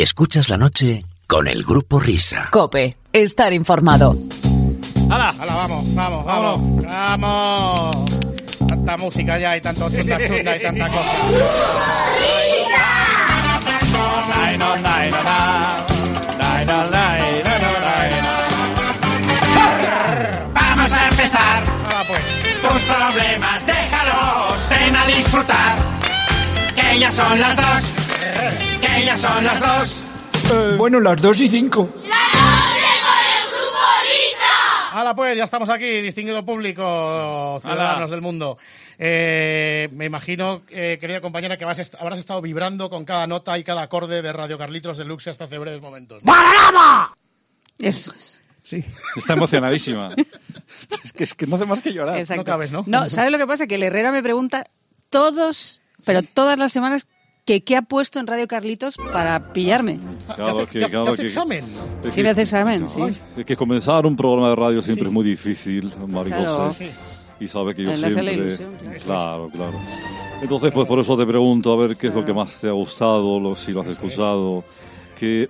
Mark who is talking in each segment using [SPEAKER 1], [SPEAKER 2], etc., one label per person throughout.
[SPEAKER 1] Escuchas la noche con el grupo Risa.
[SPEAKER 2] Cope, estar informado.
[SPEAKER 3] ¡Hala!
[SPEAKER 4] Hala, vamos, vamos, vamos, vamos. Tanta música ya y tanto tanta chunda y tanta cosa.
[SPEAKER 3] Nai, no, nai, no, na. Nai, no, nai, no, no, nai, na.
[SPEAKER 5] Vamos a empezar.
[SPEAKER 4] Hala, pues.
[SPEAKER 5] Tus problemas, déjalos. Ven a disfrutar. Que ya son las dos. Que ya son las dos.
[SPEAKER 6] Bueno, las 2 y 5.
[SPEAKER 4] Hala, pues, ya estamos aquí, distinguido público, ciudadanos del mundo. Eh, me imagino, eh, querida compañera, que vas est- habrás estado vibrando con cada nota y cada acorde de Radio Carlitos Deluxe hasta hace breves momentos.
[SPEAKER 2] Eso es.
[SPEAKER 4] Sí.
[SPEAKER 3] Está emocionadísima. Es que, es que no hace más que llorar.
[SPEAKER 2] Exacto.
[SPEAKER 4] No cabes, ¿no?
[SPEAKER 2] ¿sabes lo que pasa? Que el Herrera me pregunta todos, pero todas las semanas, que qué ha puesto en Radio Carlitos para pillarme.
[SPEAKER 4] ¿Te
[SPEAKER 3] Claro
[SPEAKER 4] hace,
[SPEAKER 3] que-
[SPEAKER 4] te hace-
[SPEAKER 3] claro
[SPEAKER 4] te hace
[SPEAKER 3] que-
[SPEAKER 4] examen?
[SPEAKER 3] Es
[SPEAKER 2] Sí, me hace examen, sí.
[SPEAKER 3] Es que comenzar un programa de radio siempre
[SPEAKER 4] Sí.
[SPEAKER 3] es muy difícil, mariposa.
[SPEAKER 2] Claro.
[SPEAKER 4] Sí.
[SPEAKER 3] Y sabe que yo
[SPEAKER 2] Le hace la
[SPEAKER 3] siempre...
[SPEAKER 2] ilusión,
[SPEAKER 3] claro. claro, Entonces, pues por eso te pregunto, a ver, ¿qué es lo que más te ha gustado? Lo- si lo has escuchado. ¿Qué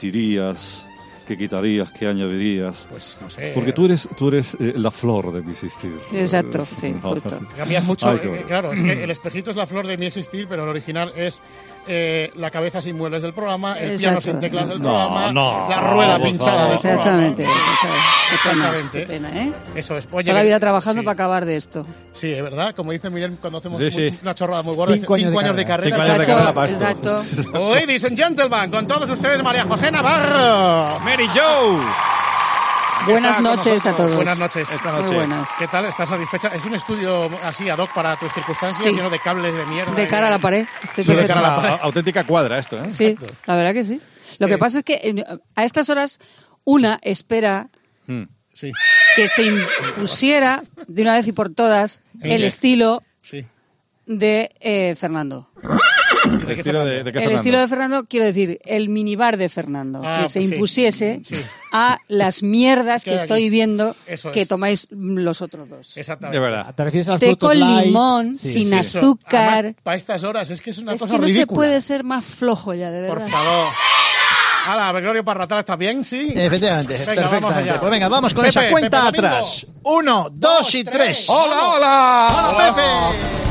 [SPEAKER 3] omitirías? ¿Qué quitarías? ¿Qué añadirías?
[SPEAKER 4] Pues no sé.
[SPEAKER 3] Porque tú eres, tú eres eh, la flor de mi existir. Eh,
[SPEAKER 2] Exacto, sí, justo.
[SPEAKER 4] Cambias mucho,
[SPEAKER 3] Ay, qué
[SPEAKER 4] eh,
[SPEAKER 3] bueno.
[SPEAKER 4] claro, es que el espejito es la flor de mi existir, pero el original es eh, la cabeza sin muebles del programa, el piano
[SPEAKER 2] Exacto.
[SPEAKER 4] sin teclas del
[SPEAKER 3] No,
[SPEAKER 4] programa,
[SPEAKER 3] no,
[SPEAKER 4] la rueda
[SPEAKER 3] por
[SPEAKER 4] pinchada
[SPEAKER 3] favor.
[SPEAKER 4] del programa.
[SPEAKER 2] Exactamente. eso es. Qué pena,
[SPEAKER 4] Exactamente.
[SPEAKER 2] qué pena, ¿eh?
[SPEAKER 4] Eso es. Oye,
[SPEAKER 2] Toda la vida trabajando
[SPEAKER 4] sí,
[SPEAKER 2] para acabar de esto.
[SPEAKER 4] Sí, es verdad, como dice Miguel cuando hacemos
[SPEAKER 3] Sí,
[SPEAKER 4] muy-
[SPEAKER 3] sí.
[SPEAKER 4] una chorrada muy gorda, cinco, cinco años de carrera.
[SPEAKER 3] Cinco años de carrera para esto.
[SPEAKER 2] exacto.
[SPEAKER 4] Ladies and gentlemen, con todos ustedes María José Navarro.
[SPEAKER 7] Mary Joe,
[SPEAKER 2] Buenas
[SPEAKER 4] Está con
[SPEAKER 2] noches a
[SPEAKER 4] nosotros.
[SPEAKER 2] todos.
[SPEAKER 4] Buenas noches.
[SPEAKER 7] esta
[SPEAKER 2] Muy
[SPEAKER 7] noche.
[SPEAKER 2] buenas.
[SPEAKER 4] ¿Qué tal? ¿Estás satisfecha? Es un estudio así ad hoc para tus circunstancias,
[SPEAKER 2] Sí.
[SPEAKER 4] lleno de cables de mierda.
[SPEAKER 2] De
[SPEAKER 4] y
[SPEAKER 2] cara a la pared. Estoy
[SPEAKER 4] Sí, de
[SPEAKER 7] Es
[SPEAKER 4] cara
[SPEAKER 2] perfecta.
[SPEAKER 4] a la
[SPEAKER 7] una
[SPEAKER 4] pared.
[SPEAKER 7] au- auténtica cuadra esto, ¿eh?
[SPEAKER 2] Sí, la verdad que sí. Lo que pasa es que eh, a estas horas una espera
[SPEAKER 4] Sí,
[SPEAKER 2] que se impusiera de una vez y por todas el
[SPEAKER 4] qué?
[SPEAKER 2] estilo
[SPEAKER 4] sí.
[SPEAKER 2] de eh, Fernando.
[SPEAKER 7] El estilo de, de qué,
[SPEAKER 2] El
[SPEAKER 7] Fernando?
[SPEAKER 2] estilo de Fernando, quiero decir, el minibar de Fernando,
[SPEAKER 4] Ah,
[SPEAKER 2] que se
[SPEAKER 4] pues sí.
[SPEAKER 2] impusiese
[SPEAKER 4] Sí.
[SPEAKER 2] a las mierdas que
[SPEAKER 4] Queda
[SPEAKER 2] estoy
[SPEAKER 4] aquí.
[SPEAKER 2] viendo
[SPEAKER 4] Eso
[SPEAKER 2] que
[SPEAKER 4] es.
[SPEAKER 2] tomáis mm, los otros dos.
[SPEAKER 4] Exactamente.
[SPEAKER 7] De verdad.
[SPEAKER 8] ¿Te refieres a las
[SPEAKER 2] Té
[SPEAKER 8] frutos
[SPEAKER 2] con
[SPEAKER 8] light?
[SPEAKER 2] limón,
[SPEAKER 8] Sí,
[SPEAKER 2] sin
[SPEAKER 8] sí.
[SPEAKER 2] azúcar.
[SPEAKER 4] para estas horas es que es una
[SPEAKER 2] Es
[SPEAKER 4] cosa
[SPEAKER 2] que no se
[SPEAKER 4] ridícula.
[SPEAKER 2] puede ser más flojo ya, de verdad.
[SPEAKER 4] Por favor. Hala, Gregorio Parratal, ¿estás bien? Sí.
[SPEAKER 8] Efectivamente,
[SPEAKER 4] Venga,
[SPEAKER 8] perfectamente.
[SPEAKER 4] vamos allá.
[SPEAKER 8] Pues venga, vamos con
[SPEAKER 4] Pepe,
[SPEAKER 8] esa cuenta
[SPEAKER 4] Pepe Domingo.
[SPEAKER 8] atrás. Uno, dos y
[SPEAKER 4] Dos, tres.
[SPEAKER 8] tres.
[SPEAKER 9] ¡Hola, hola!
[SPEAKER 4] Hola, Pepe.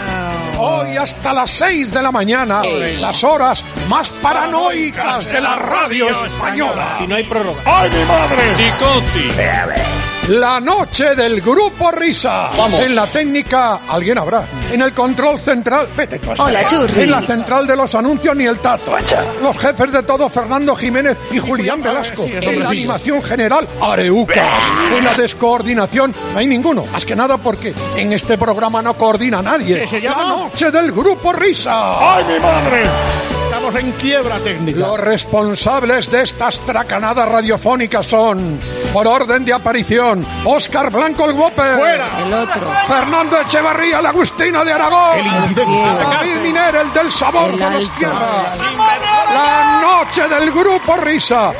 [SPEAKER 9] Hoy hasta las 6 de la mañana, las horas más paranoicas de la radio española.
[SPEAKER 4] Si no hay prórroga.
[SPEAKER 9] ¡Ay, mi madre! La noche del grupo Risa. Vamos. En la técnica, alguien habrá. En el control central, vete tú a saber.
[SPEAKER 2] Hola, churri.
[SPEAKER 9] En la central de los anuncios, ni el tato. Los jefes de todo, Fernando Jiménez y Julián Velasco.
[SPEAKER 4] sí, es
[SPEAKER 9] en la
[SPEAKER 4] hombrecillos.
[SPEAKER 9] animación general, Areuca. En la descoordinación, no hay ninguno. Más que nada porque en este programa no coordina nadie.
[SPEAKER 4] ¿Qué se llama?
[SPEAKER 9] La noche del grupo Risa. ¡Ay, mi madre!
[SPEAKER 4] Estamos en quiebra técnica.
[SPEAKER 9] Los responsables de estas tracanadas radiofónicas son, por orden de aparición, Óscar Blanco el Whopper,
[SPEAKER 4] ¡Fuera!
[SPEAKER 2] El otro.
[SPEAKER 9] Fernando Echevarría, el Agustino de Aragón, David Miner, el del Sabor
[SPEAKER 2] El
[SPEAKER 9] de los
[SPEAKER 2] alto.
[SPEAKER 9] Tierras, la noche del grupo Risa.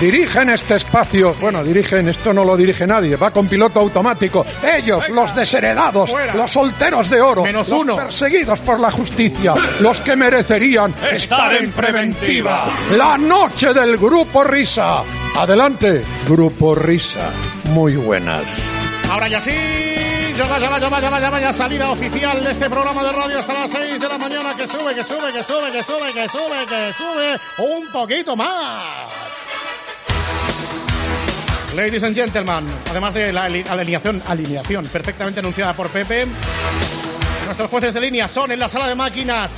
[SPEAKER 9] Dirigen este espacio, bueno, dirigen, esto no lo dirige nadie, va con piloto automático. Ellos, los desheredados,
[SPEAKER 4] Fuera.
[SPEAKER 9] los solteros de oro,
[SPEAKER 4] Menos
[SPEAKER 9] los
[SPEAKER 4] uno.
[SPEAKER 9] perseguidos por la justicia, los que merecerían estar en preventiva. La noche del Grupo Risa. Adelante, Grupo Risa. Muy buenas.
[SPEAKER 4] Ahora ya sí. Ya va, ya va, ya va, ya va, ya va, ya salida oficial de este programa de radio hasta las 6 de la mañana. Que sube, que sube, que sube, que sube, que sube, que sube. Un poquito más. Ladies and gentlemen, además de la ali- alineación, alineación perfectamente anunciada por Pepe, nuestros jueces de línea son en la sala de máquinas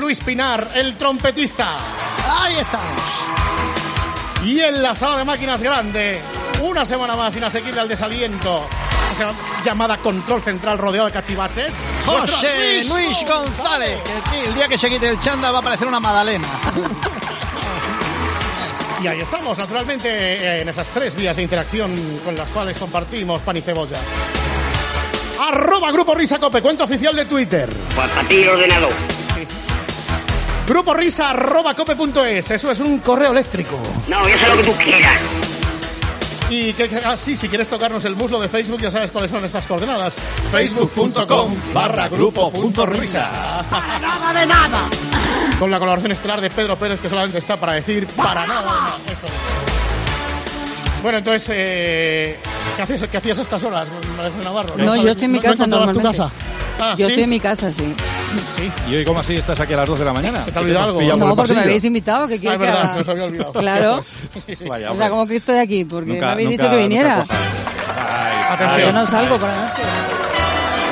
[SPEAKER 4] Luis Pinar, el trompetista.
[SPEAKER 8] Ahí estamos.
[SPEAKER 4] Y en la sala de máquinas grande, una semana más inasequible al desaliento, esa llamada Control Central rodeado de cachivaches.
[SPEAKER 8] José
[SPEAKER 4] Nuestro
[SPEAKER 8] Luis González. que aquí el día que se quite el chanda va a aparecer una magdalena.
[SPEAKER 4] Y ahí estamos, naturalmente, eh, en esas tres vías de interacción con las cuales compartimos pan y cebolla. Arroba Grupo Risa Cope, cuenta oficial de Twitter.
[SPEAKER 10] Para ti ordenado.
[SPEAKER 4] Grupo Risa arroba cope.es. Eso es un correo eléctrico.
[SPEAKER 10] No, yo sé lo que tú quieras.
[SPEAKER 4] Y que, que- ah, sí, si quieres tocarnos el muslo de Facebook, ya sabes cuáles son estas coordenadas. Facebook.com barra grupo punto risa.
[SPEAKER 10] Nada de nada.
[SPEAKER 4] Con la colaboración estelar de Pedro Pérez, que solamente está para decir para nada. Eso es. Bueno, entonces, eh, ¿qué, hacías, qué hacías a estas horas, María José Navarro?
[SPEAKER 2] No, yo estoy en mi casa
[SPEAKER 4] encontrabas tu
[SPEAKER 2] normalmente.
[SPEAKER 4] casa? Ah,
[SPEAKER 2] Yo
[SPEAKER 4] ¿sí?
[SPEAKER 2] estoy en mi casa, sí.
[SPEAKER 7] ¿Y hoy cómo así estás aquí a las 2 de la mañana?
[SPEAKER 4] Ah, ¿Te ha olvidado algo?
[SPEAKER 7] Pillado por
[SPEAKER 2] No,
[SPEAKER 7] el
[SPEAKER 2] porque me
[SPEAKER 7] pasillo.
[SPEAKER 2] habéis invitado. ¿Qué
[SPEAKER 4] Ah,
[SPEAKER 2] quieres
[SPEAKER 4] es
[SPEAKER 2] que
[SPEAKER 4] verdad,
[SPEAKER 2] haga?
[SPEAKER 4] se nos había olvidado.
[SPEAKER 2] Claro.
[SPEAKER 4] Sí, sí.
[SPEAKER 7] Vaya,
[SPEAKER 2] O sea,
[SPEAKER 7] hombre.
[SPEAKER 2] como que estoy aquí, porque
[SPEAKER 7] Nunca-
[SPEAKER 2] me habéis
[SPEAKER 7] nunca-
[SPEAKER 2] dicho que
[SPEAKER 7] nunca
[SPEAKER 2] viniera.
[SPEAKER 7] cuaja. Ay,
[SPEAKER 4] Atención.
[SPEAKER 2] Yo no salgo por la noche.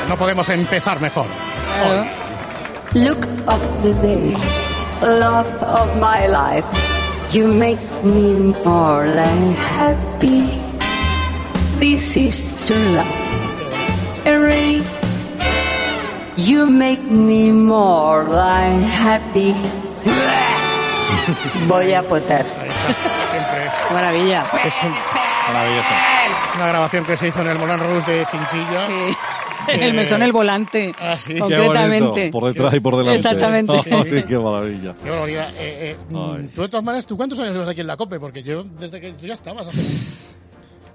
[SPEAKER 4] No podemos empezar mejor.
[SPEAKER 2] Claro.
[SPEAKER 5] Look of the day, love of my life. You make me more than happy. This is true love. Hooray. You make me more than happy. Voy a potar.
[SPEAKER 4] Ahí está, siempre.
[SPEAKER 2] Maravilla.
[SPEAKER 4] Es un-
[SPEAKER 7] Maravilloso.
[SPEAKER 4] una grabación que se hizo en el Moulin Rouge de Chinchilla.
[SPEAKER 2] Sí. En el mesón el volante.
[SPEAKER 4] Ah, sí. Qué
[SPEAKER 7] Qué
[SPEAKER 2] Concretamente.
[SPEAKER 7] bonito, Por detrás y por delante.
[SPEAKER 2] Exactamente.
[SPEAKER 7] Ay, qué maravilla.
[SPEAKER 4] Qué barbaridad. Eh, eh, mm,
[SPEAKER 7] Ay.
[SPEAKER 4] tú, de todas maneras, ¿tú cuántos años llevas aquí en la COPE? Porque yo, desde que tú ya estabas. hace-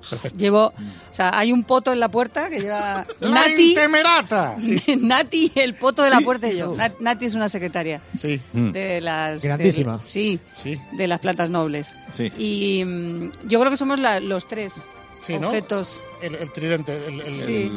[SPEAKER 4] Perfecto.
[SPEAKER 2] Llevo, o sea, hay un poto en la puerta que lleva Nati,
[SPEAKER 6] Temerata.
[SPEAKER 2] Nati, el poto de la puerta y yo. Nat- Nati es una secretaria
[SPEAKER 4] Sí,
[SPEAKER 2] de las de-
[SPEAKER 6] Grandísima.
[SPEAKER 2] sí,
[SPEAKER 4] Mm. sí.
[SPEAKER 2] de las plantas nobles.
[SPEAKER 7] Sí.
[SPEAKER 2] Y mm, yo creo que somos la- los tres
[SPEAKER 4] Sí, ¿no?
[SPEAKER 2] objetos
[SPEAKER 4] El, el tridente. el- el-
[SPEAKER 2] sí,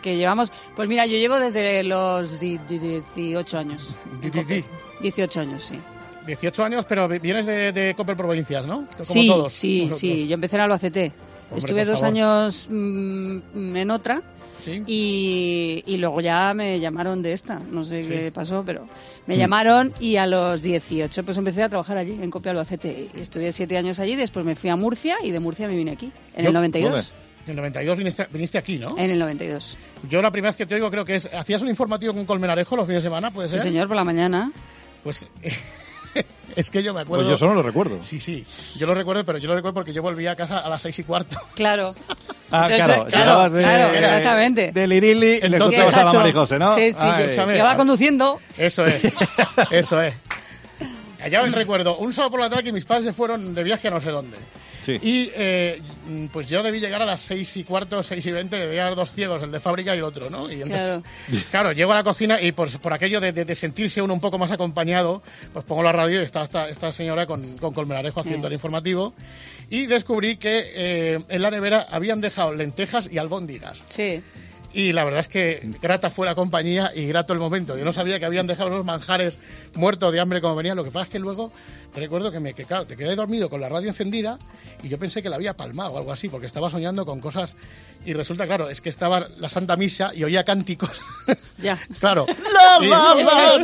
[SPEAKER 2] que llevamos. Pues mira, yo llevo desde los di- di- 18 años.
[SPEAKER 4] Di- di- di.
[SPEAKER 2] 18 años, sí.
[SPEAKER 4] 18 años, pero vi- vienes de, de COPE provincias, ¿no? Como
[SPEAKER 2] sí,
[SPEAKER 4] todos.
[SPEAKER 2] sí,
[SPEAKER 4] vosotros.
[SPEAKER 2] sí. Yo empecé en Albacete.
[SPEAKER 4] Hombre,
[SPEAKER 2] Estuve
[SPEAKER 4] por
[SPEAKER 2] dos
[SPEAKER 4] favor.
[SPEAKER 2] años mm, en otra.
[SPEAKER 4] Sí.
[SPEAKER 2] Y, y luego ya me llamaron de esta, no sé
[SPEAKER 4] Sí.
[SPEAKER 2] qué pasó, pero me llamaron y a los 18 pues empecé a trabajar allí, en Copia Albacete. Y Estuve siete años allí, después me fui a Murcia y de Murcia me vine aquí, en
[SPEAKER 4] Yo-
[SPEAKER 2] el 92.
[SPEAKER 4] En el 92 viniste, viniste aquí, ¿no?
[SPEAKER 2] En el 92.
[SPEAKER 4] Yo la primera vez que te oigo creo que es... ¿Hacías un informativo con Colmenarejo los fines de semana, puede
[SPEAKER 2] Sí,
[SPEAKER 4] ser?
[SPEAKER 2] señor, por la mañana.
[SPEAKER 4] Pues... es que yo me
[SPEAKER 7] Pues
[SPEAKER 4] acuerdo...
[SPEAKER 7] yo eso no lo recuerdo.
[SPEAKER 4] Sí, sí. Yo lo recuerdo, pero yo lo recuerdo porque yo volvía a casa a las seis y cuarto.
[SPEAKER 2] Claro.
[SPEAKER 7] Ah,
[SPEAKER 2] Entonces,
[SPEAKER 7] claro,
[SPEAKER 2] claro,
[SPEAKER 7] llegabas de,
[SPEAKER 2] claro, exactamente.
[SPEAKER 7] Del Irili y le
[SPEAKER 4] Entonces, Ah,
[SPEAKER 7] contabas a la
[SPEAKER 2] Exacto.
[SPEAKER 7] Marijose, ¿no?
[SPEAKER 2] Sí, sí,
[SPEAKER 7] Ay.
[SPEAKER 2] yo
[SPEAKER 4] Escúchame,
[SPEAKER 2] llevaba
[SPEAKER 4] a-
[SPEAKER 2] conduciendo.
[SPEAKER 4] Eso es. Eso es. Allá Eh, os recuerdo, un sábado por la tarde que mis padres se fueron de viaje a no sé dónde.
[SPEAKER 7] Sí.
[SPEAKER 4] Y eh, mm, pues yo debí llegar a las seis y cuarto, seis y veinte, debía haber dos ciegos, el de fábrica y el otro, ¿no? Y entonces, claro. llego a la cocina y por, por aquello de, de- de sentirse uno un poco más acompañado, pues pongo la radio y está esta, esta señora con, con Colmelarejo haciendo el informativo. Y descubrí que eh, en la nevera habían dejado lentejas y albóndigas.
[SPEAKER 2] Sí.
[SPEAKER 4] Y la verdad es que grata fue la compañía y grato el momento. Yo no sabía que habían dejado los manjares muertos de hambre como venían. Lo que pasa es que luego recuerdo que me que, claro, te quedé dormido con la radio encendida y yo pensé que la había palmado o algo así, porque estaba soñando con cosas. Y resulta, claro, es que estaba la Santa Misa y oía cánticos.
[SPEAKER 2] Ya.
[SPEAKER 4] claro.
[SPEAKER 6] La,
[SPEAKER 4] Y-
[SPEAKER 6] la,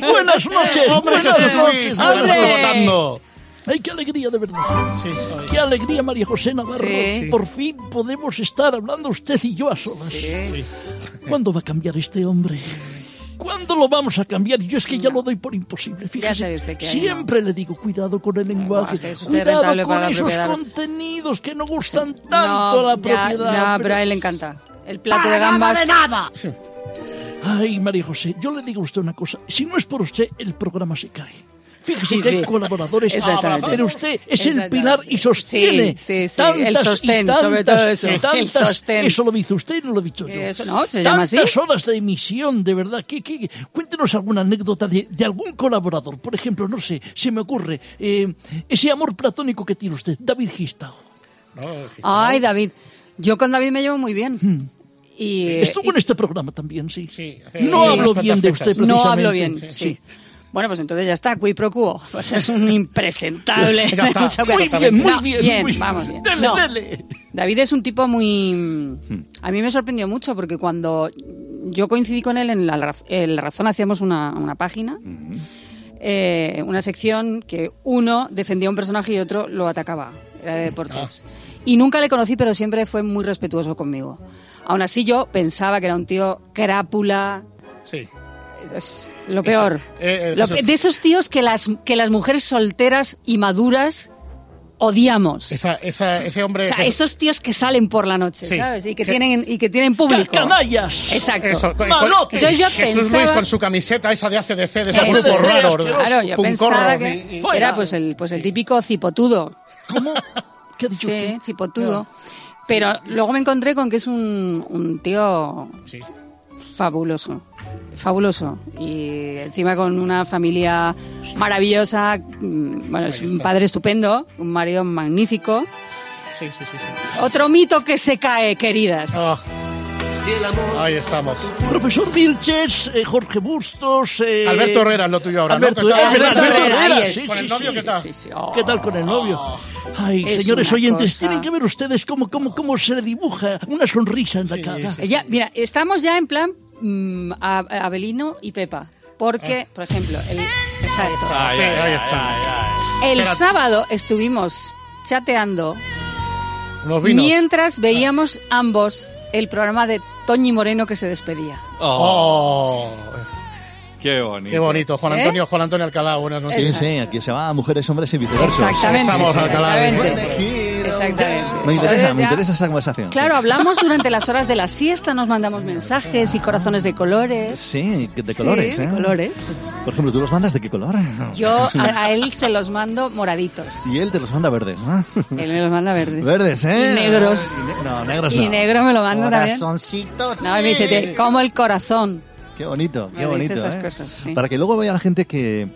[SPEAKER 6] la. Buenas noches.
[SPEAKER 4] ¡Hombre,
[SPEAKER 6] buenas
[SPEAKER 4] Jesús
[SPEAKER 6] noches.
[SPEAKER 4] Luis! ¡Hombre!
[SPEAKER 2] ¡Hombre!
[SPEAKER 4] votando!
[SPEAKER 6] Ay, qué alegría, de verdad.
[SPEAKER 4] Sí, oye.
[SPEAKER 6] Qué alegría, María José Navarro.
[SPEAKER 2] Sí.
[SPEAKER 6] Por fin podemos estar hablando usted y yo a solas.
[SPEAKER 2] Sí.
[SPEAKER 6] ¿Cuándo va a cambiar este hombre? ¿Cuándo lo vamos a cambiar? Yo es que ya lo doy por imposible. Fíjese,
[SPEAKER 2] sabe usted que hay,
[SPEAKER 6] siempre le digo cuidado con el lenguaje,
[SPEAKER 2] lenguaje, es usted rentable
[SPEAKER 6] cuidado con
[SPEAKER 2] para la
[SPEAKER 6] esos
[SPEAKER 2] propiedad.
[SPEAKER 6] contenidos que no gustan tanto
[SPEAKER 2] no,
[SPEAKER 6] a la
[SPEAKER 2] ya,
[SPEAKER 6] propiedad.
[SPEAKER 2] no, pero a él le encanta. El plato de gambas.
[SPEAKER 6] Ay, María José, yo le digo a usted una cosa. Si no es por usted, el programa se cae. Fíjese
[SPEAKER 2] Sí,
[SPEAKER 6] que
[SPEAKER 2] sí.
[SPEAKER 6] hay colaboradores,
[SPEAKER 2] Exactamente.
[SPEAKER 6] pero usted es el
[SPEAKER 2] Exactamente.
[SPEAKER 6] pilar y sostiene.
[SPEAKER 2] Sí, sí, sí,
[SPEAKER 6] Tantas
[SPEAKER 2] el sostén,
[SPEAKER 6] y tantas,
[SPEAKER 2] sobre todo eso,
[SPEAKER 6] y
[SPEAKER 2] el
[SPEAKER 6] tantas-
[SPEAKER 2] sostén.
[SPEAKER 6] Eso lo dice usted y no lo he dicho yo.
[SPEAKER 2] Eso no, se llama
[SPEAKER 6] tantas
[SPEAKER 2] así.
[SPEAKER 6] horas de emisión, de verdad. ¿Qué, qué- qué? Cuéntenos alguna anécdota de, de algún colaborador. Por ejemplo, no sé, se me ocurre eh, ese amor platónico que tiene usted, David Gistao.
[SPEAKER 4] No, dije,
[SPEAKER 2] Ay, David. Yo con David me llevo muy bien. Y, eh,
[SPEAKER 6] Estuvo
[SPEAKER 2] y-
[SPEAKER 6] en este programa también, sí.
[SPEAKER 4] sí, hace
[SPEAKER 6] No
[SPEAKER 4] unas
[SPEAKER 6] hablo
[SPEAKER 4] cuantas
[SPEAKER 6] bien de
[SPEAKER 4] fechas.
[SPEAKER 6] usted,
[SPEAKER 2] No hablo bien,
[SPEAKER 6] precisamente.
[SPEAKER 2] sí. Bueno, pues entonces ya está, qui pro quo. Pues es un impresentable.
[SPEAKER 4] Ya está.
[SPEAKER 2] Mucho cuidado.
[SPEAKER 6] Muy bien, muy
[SPEAKER 2] No,
[SPEAKER 6] bien. muy
[SPEAKER 2] vamos bien.
[SPEAKER 6] Dele,
[SPEAKER 2] No,
[SPEAKER 6] dele. Hmm.
[SPEAKER 2] David es un tipo muy... A mí me sorprendió mucho porque cuando yo coincidí con él en La, Raz- en La Razón hacíamos una, una página,
[SPEAKER 6] Hmm.
[SPEAKER 2] eh, una sección que uno defendía a un personaje y otro lo atacaba. Era de deportes.
[SPEAKER 6] Ah.
[SPEAKER 2] Y nunca le conocí, pero siempre fue muy respetuoso conmigo. Aún así yo pensaba que era un tío crápula,
[SPEAKER 4] Sí.
[SPEAKER 2] es lo peor.
[SPEAKER 4] Eh, eh,
[SPEAKER 2] Lo
[SPEAKER 4] Jesús.
[SPEAKER 2] pe- de esos tíos que las, que las mujeres solteras y maduras odiamos.
[SPEAKER 4] Esa, esa, ese hombre.
[SPEAKER 2] O sea,
[SPEAKER 4] Jesús.
[SPEAKER 2] esos tíos que salen por la noche,
[SPEAKER 4] Sí.
[SPEAKER 2] ¿sabes? Y que,
[SPEAKER 4] Je-
[SPEAKER 2] tienen, y que tienen público.
[SPEAKER 6] ¡Canallas!
[SPEAKER 2] Exacto.
[SPEAKER 4] Eso, con-
[SPEAKER 2] Malotes. Yo, yo
[SPEAKER 4] Jesús
[SPEAKER 2] pensaba-
[SPEAKER 4] Luis con su camiseta esa de ACDC, de esos
[SPEAKER 2] Eso,
[SPEAKER 4] grupos raros. de los
[SPEAKER 2] Claro, yo
[SPEAKER 4] puncorros
[SPEAKER 2] pensaba
[SPEAKER 4] y-
[SPEAKER 2] que
[SPEAKER 4] y-
[SPEAKER 2] era pues el, pues el típico cipotudo.
[SPEAKER 6] ¿Cómo? ¿Qué ha dicho
[SPEAKER 2] sí,
[SPEAKER 6] usted?
[SPEAKER 2] cipotudo. Pero luego me encontré con que es un, un tío
[SPEAKER 4] Sí.
[SPEAKER 2] fabuloso. Fabuloso. Y encima con una familia maravillosa. mm, Bueno, es un padre estupendo, un marido magnífico.
[SPEAKER 4] Sí, sí, sí. sí.
[SPEAKER 2] Otro mito que se cae, queridas.
[SPEAKER 4] Ah. Ahí estamos.
[SPEAKER 6] Profesor Vilches, eh, Jorge Bustos... eh,
[SPEAKER 4] Alberto Herrera es lo tuyo ahora, ¿no?
[SPEAKER 6] Alberto,
[SPEAKER 4] Que está-
[SPEAKER 6] Herrera,
[SPEAKER 4] Alberto
[SPEAKER 6] Alberto
[SPEAKER 4] Herrera,
[SPEAKER 6] Herrera,
[SPEAKER 4] ahí es.
[SPEAKER 6] sí,
[SPEAKER 4] Con el
[SPEAKER 6] sí,
[SPEAKER 4] novio
[SPEAKER 6] sí,
[SPEAKER 4] que está.
[SPEAKER 6] sí, sí.
[SPEAKER 2] oh.
[SPEAKER 6] ¿Qué tal con el novio? Ay,
[SPEAKER 2] Es
[SPEAKER 6] señores
[SPEAKER 2] una
[SPEAKER 6] oyentes,
[SPEAKER 2] cosa.
[SPEAKER 6] tienen que ver ustedes cómo, cómo, cómo se dibuja una sonrisa en la cara.
[SPEAKER 2] Ya, mira, estamos ya en plan mm, a- a- Abelino y Pepa. Porque, por ejemplo, el, exacto.
[SPEAKER 4] Sí, Ah. ahí estamos.
[SPEAKER 2] el
[SPEAKER 4] Espera.
[SPEAKER 2] sábado estuvimos chateando
[SPEAKER 4] Los vinos. Ah.
[SPEAKER 2] mientras veíamos ambos el programa de Toñi Moreno que se despedía.
[SPEAKER 4] Oh,
[SPEAKER 7] Qué bonito.
[SPEAKER 4] qué bonito. Juan
[SPEAKER 2] ¿Eh?
[SPEAKER 4] Antonio, Juan Antonio Alcalá, buenas noches.
[SPEAKER 11] Sí, sí, Eh, aquí se va a mujeres, hombres y viceversos.
[SPEAKER 2] Exactamente.
[SPEAKER 4] Estamos, Alcalá.
[SPEAKER 2] Exactamente. Exactamente.
[SPEAKER 11] Me interesa,
[SPEAKER 2] Entonces
[SPEAKER 11] me
[SPEAKER 2] ya-
[SPEAKER 11] interesa esa conversación.
[SPEAKER 2] Claro, hablamos durante las horas de la siesta, nos mandamos mensajes y corazones de colores.
[SPEAKER 11] Sí, de
[SPEAKER 2] Sí,
[SPEAKER 11] colores,
[SPEAKER 2] de
[SPEAKER 11] ¿eh?
[SPEAKER 2] colores.
[SPEAKER 11] Por ejemplo, ¿tú los mandas de qué color?
[SPEAKER 2] Yo a, a él se los mando moraditos.
[SPEAKER 11] Y él te los manda verdes, ¿no?
[SPEAKER 2] Él me los manda verdes.
[SPEAKER 11] Verdes, ¿eh?
[SPEAKER 2] Y negros.
[SPEAKER 11] Y ne- No, negros
[SPEAKER 2] Y
[SPEAKER 11] no.
[SPEAKER 2] negro me lo manda también.
[SPEAKER 11] Corazoncitos.
[SPEAKER 2] No, y me dice, te como el corazón.
[SPEAKER 11] Qué bonito, qué
[SPEAKER 2] Me dice
[SPEAKER 11] bonito.
[SPEAKER 2] esas
[SPEAKER 11] ¿eh?
[SPEAKER 2] cosas, sí.
[SPEAKER 11] Para que luego vea la gente que,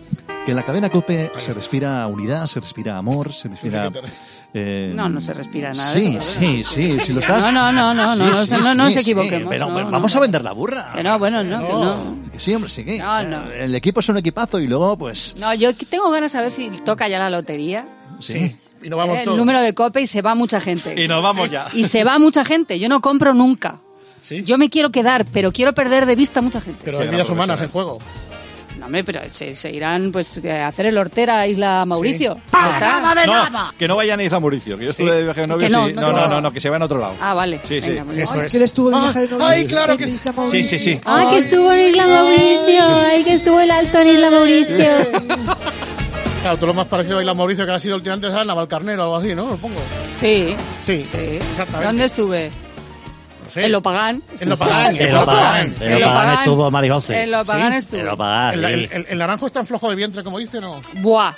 [SPEAKER 11] que en la cadena COPE se respira unidad, se respira amor, se respira... eh,
[SPEAKER 2] No, no se respira nada de
[SPEAKER 11] Sí,
[SPEAKER 2] eso,
[SPEAKER 11] sí, sí, si lo estás...
[SPEAKER 2] No, no, no, no,
[SPEAKER 11] Sí,
[SPEAKER 2] no,
[SPEAKER 11] sí,
[SPEAKER 2] no, no, no
[SPEAKER 11] sí,
[SPEAKER 2] se
[SPEAKER 11] sí,
[SPEAKER 2] equivoquemos,
[SPEAKER 11] Pero
[SPEAKER 2] no,
[SPEAKER 11] bueno,
[SPEAKER 2] no,
[SPEAKER 11] vamos
[SPEAKER 2] no.
[SPEAKER 11] a vender la burra.
[SPEAKER 2] Que no, bueno, no, que no.
[SPEAKER 11] Que sí, hombre, sí que...
[SPEAKER 2] No,
[SPEAKER 11] o sea,
[SPEAKER 2] no.
[SPEAKER 11] El equipo es un equipazo y luego, pues...
[SPEAKER 2] No, yo tengo ganas de saber si toca ya la lotería.
[SPEAKER 11] Sí.
[SPEAKER 4] Y nos vamos
[SPEAKER 2] el
[SPEAKER 4] todos.
[SPEAKER 2] Eh, número de cope y se va mucha gente.
[SPEAKER 7] Y nos vamos ya.
[SPEAKER 2] Y se va mucha gente. Yo no compro nunca. Yo me quiero quedar, pero quiero perder de vista a mucha gente.
[SPEAKER 4] Pero
[SPEAKER 7] Qué
[SPEAKER 4] hay
[SPEAKER 7] gran
[SPEAKER 4] vidas humanas
[SPEAKER 7] profesora.
[SPEAKER 4] en juego.
[SPEAKER 2] No, hombre, pero se, se irán pues a hacer el hortera a Isla Mauricio. Ya está.
[SPEAKER 7] No, que no vayan a Isla Mauricio, que yo estuve de viaje de novios
[SPEAKER 2] Eh, Que no,
[SPEAKER 7] y-
[SPEAKER 2] no
[SPEAKER 7] no,
[SPEAKER 2] te
[SPEAKER 7] no,
[SPEAKER 2] vas.
[SPEAKER 7] no, no, que se vayan a otro lado.
[SPEAKER 2] Ah, vale.
[SPEAKER 7] Sí, sí.
[SPEAKER 2] Venga, muy bien.
[SPEAKER 4] Eso es.
[SPEAKER 12] Que él estuvo de
[SPEAKER 4] Ah,
[SPEAKER 12] viaje de novio.
[SPEAKER 4] ay, claro que
[SPEAKER 12] En
[SPEAKER 4] sí.
[SPEAKER 12] Isla
[SPEAKER 7] Sí,
[SPEAKER 12] Mauricio.
[SPEAKER 7] sí, sí.
[SPEAKER 2] ¡Ay, que estuvo en Isla Mauricio! ¡Ay, que estuvo el alto en Isla Mauricio!
[SPEAKER 4] Claro, tú lo más parecido a Isla Mauricio que ha sido últimamente es Navalcarnero o algo así, ¿no? Supongo.
[SPEAKER 2] Sí,
[SPEAKER 4] Sí.
[SPEAKER 2] sí.
[SPEAKER 4] Exactamente.
[SPEAKER 2] ¿Dónde estuve?
[SPEAKER 4] No sé.
[SPEAKER 2] En Lopagán.
[SPEAKER 4] En Lopagán.
[SPEAKER 11] En Lopagán,
[SPEAKER 4] Lopagán.
[SPEAKER 11] en Lopagán estuvo Mari José.
[SPEAKER 2] En Lopagán
[SPEAKER 11] Sí,
[SPEAKER 2] estuve.
[SPEAKER 11] en Lopagán,
[SPEAKER 4] El, el-
[SPEAKER 11] sí.
[SPEAKER 4] el- el naranjo está en flojo de vientre, como dice, ¿no?
[SPEAKER 2] Buah,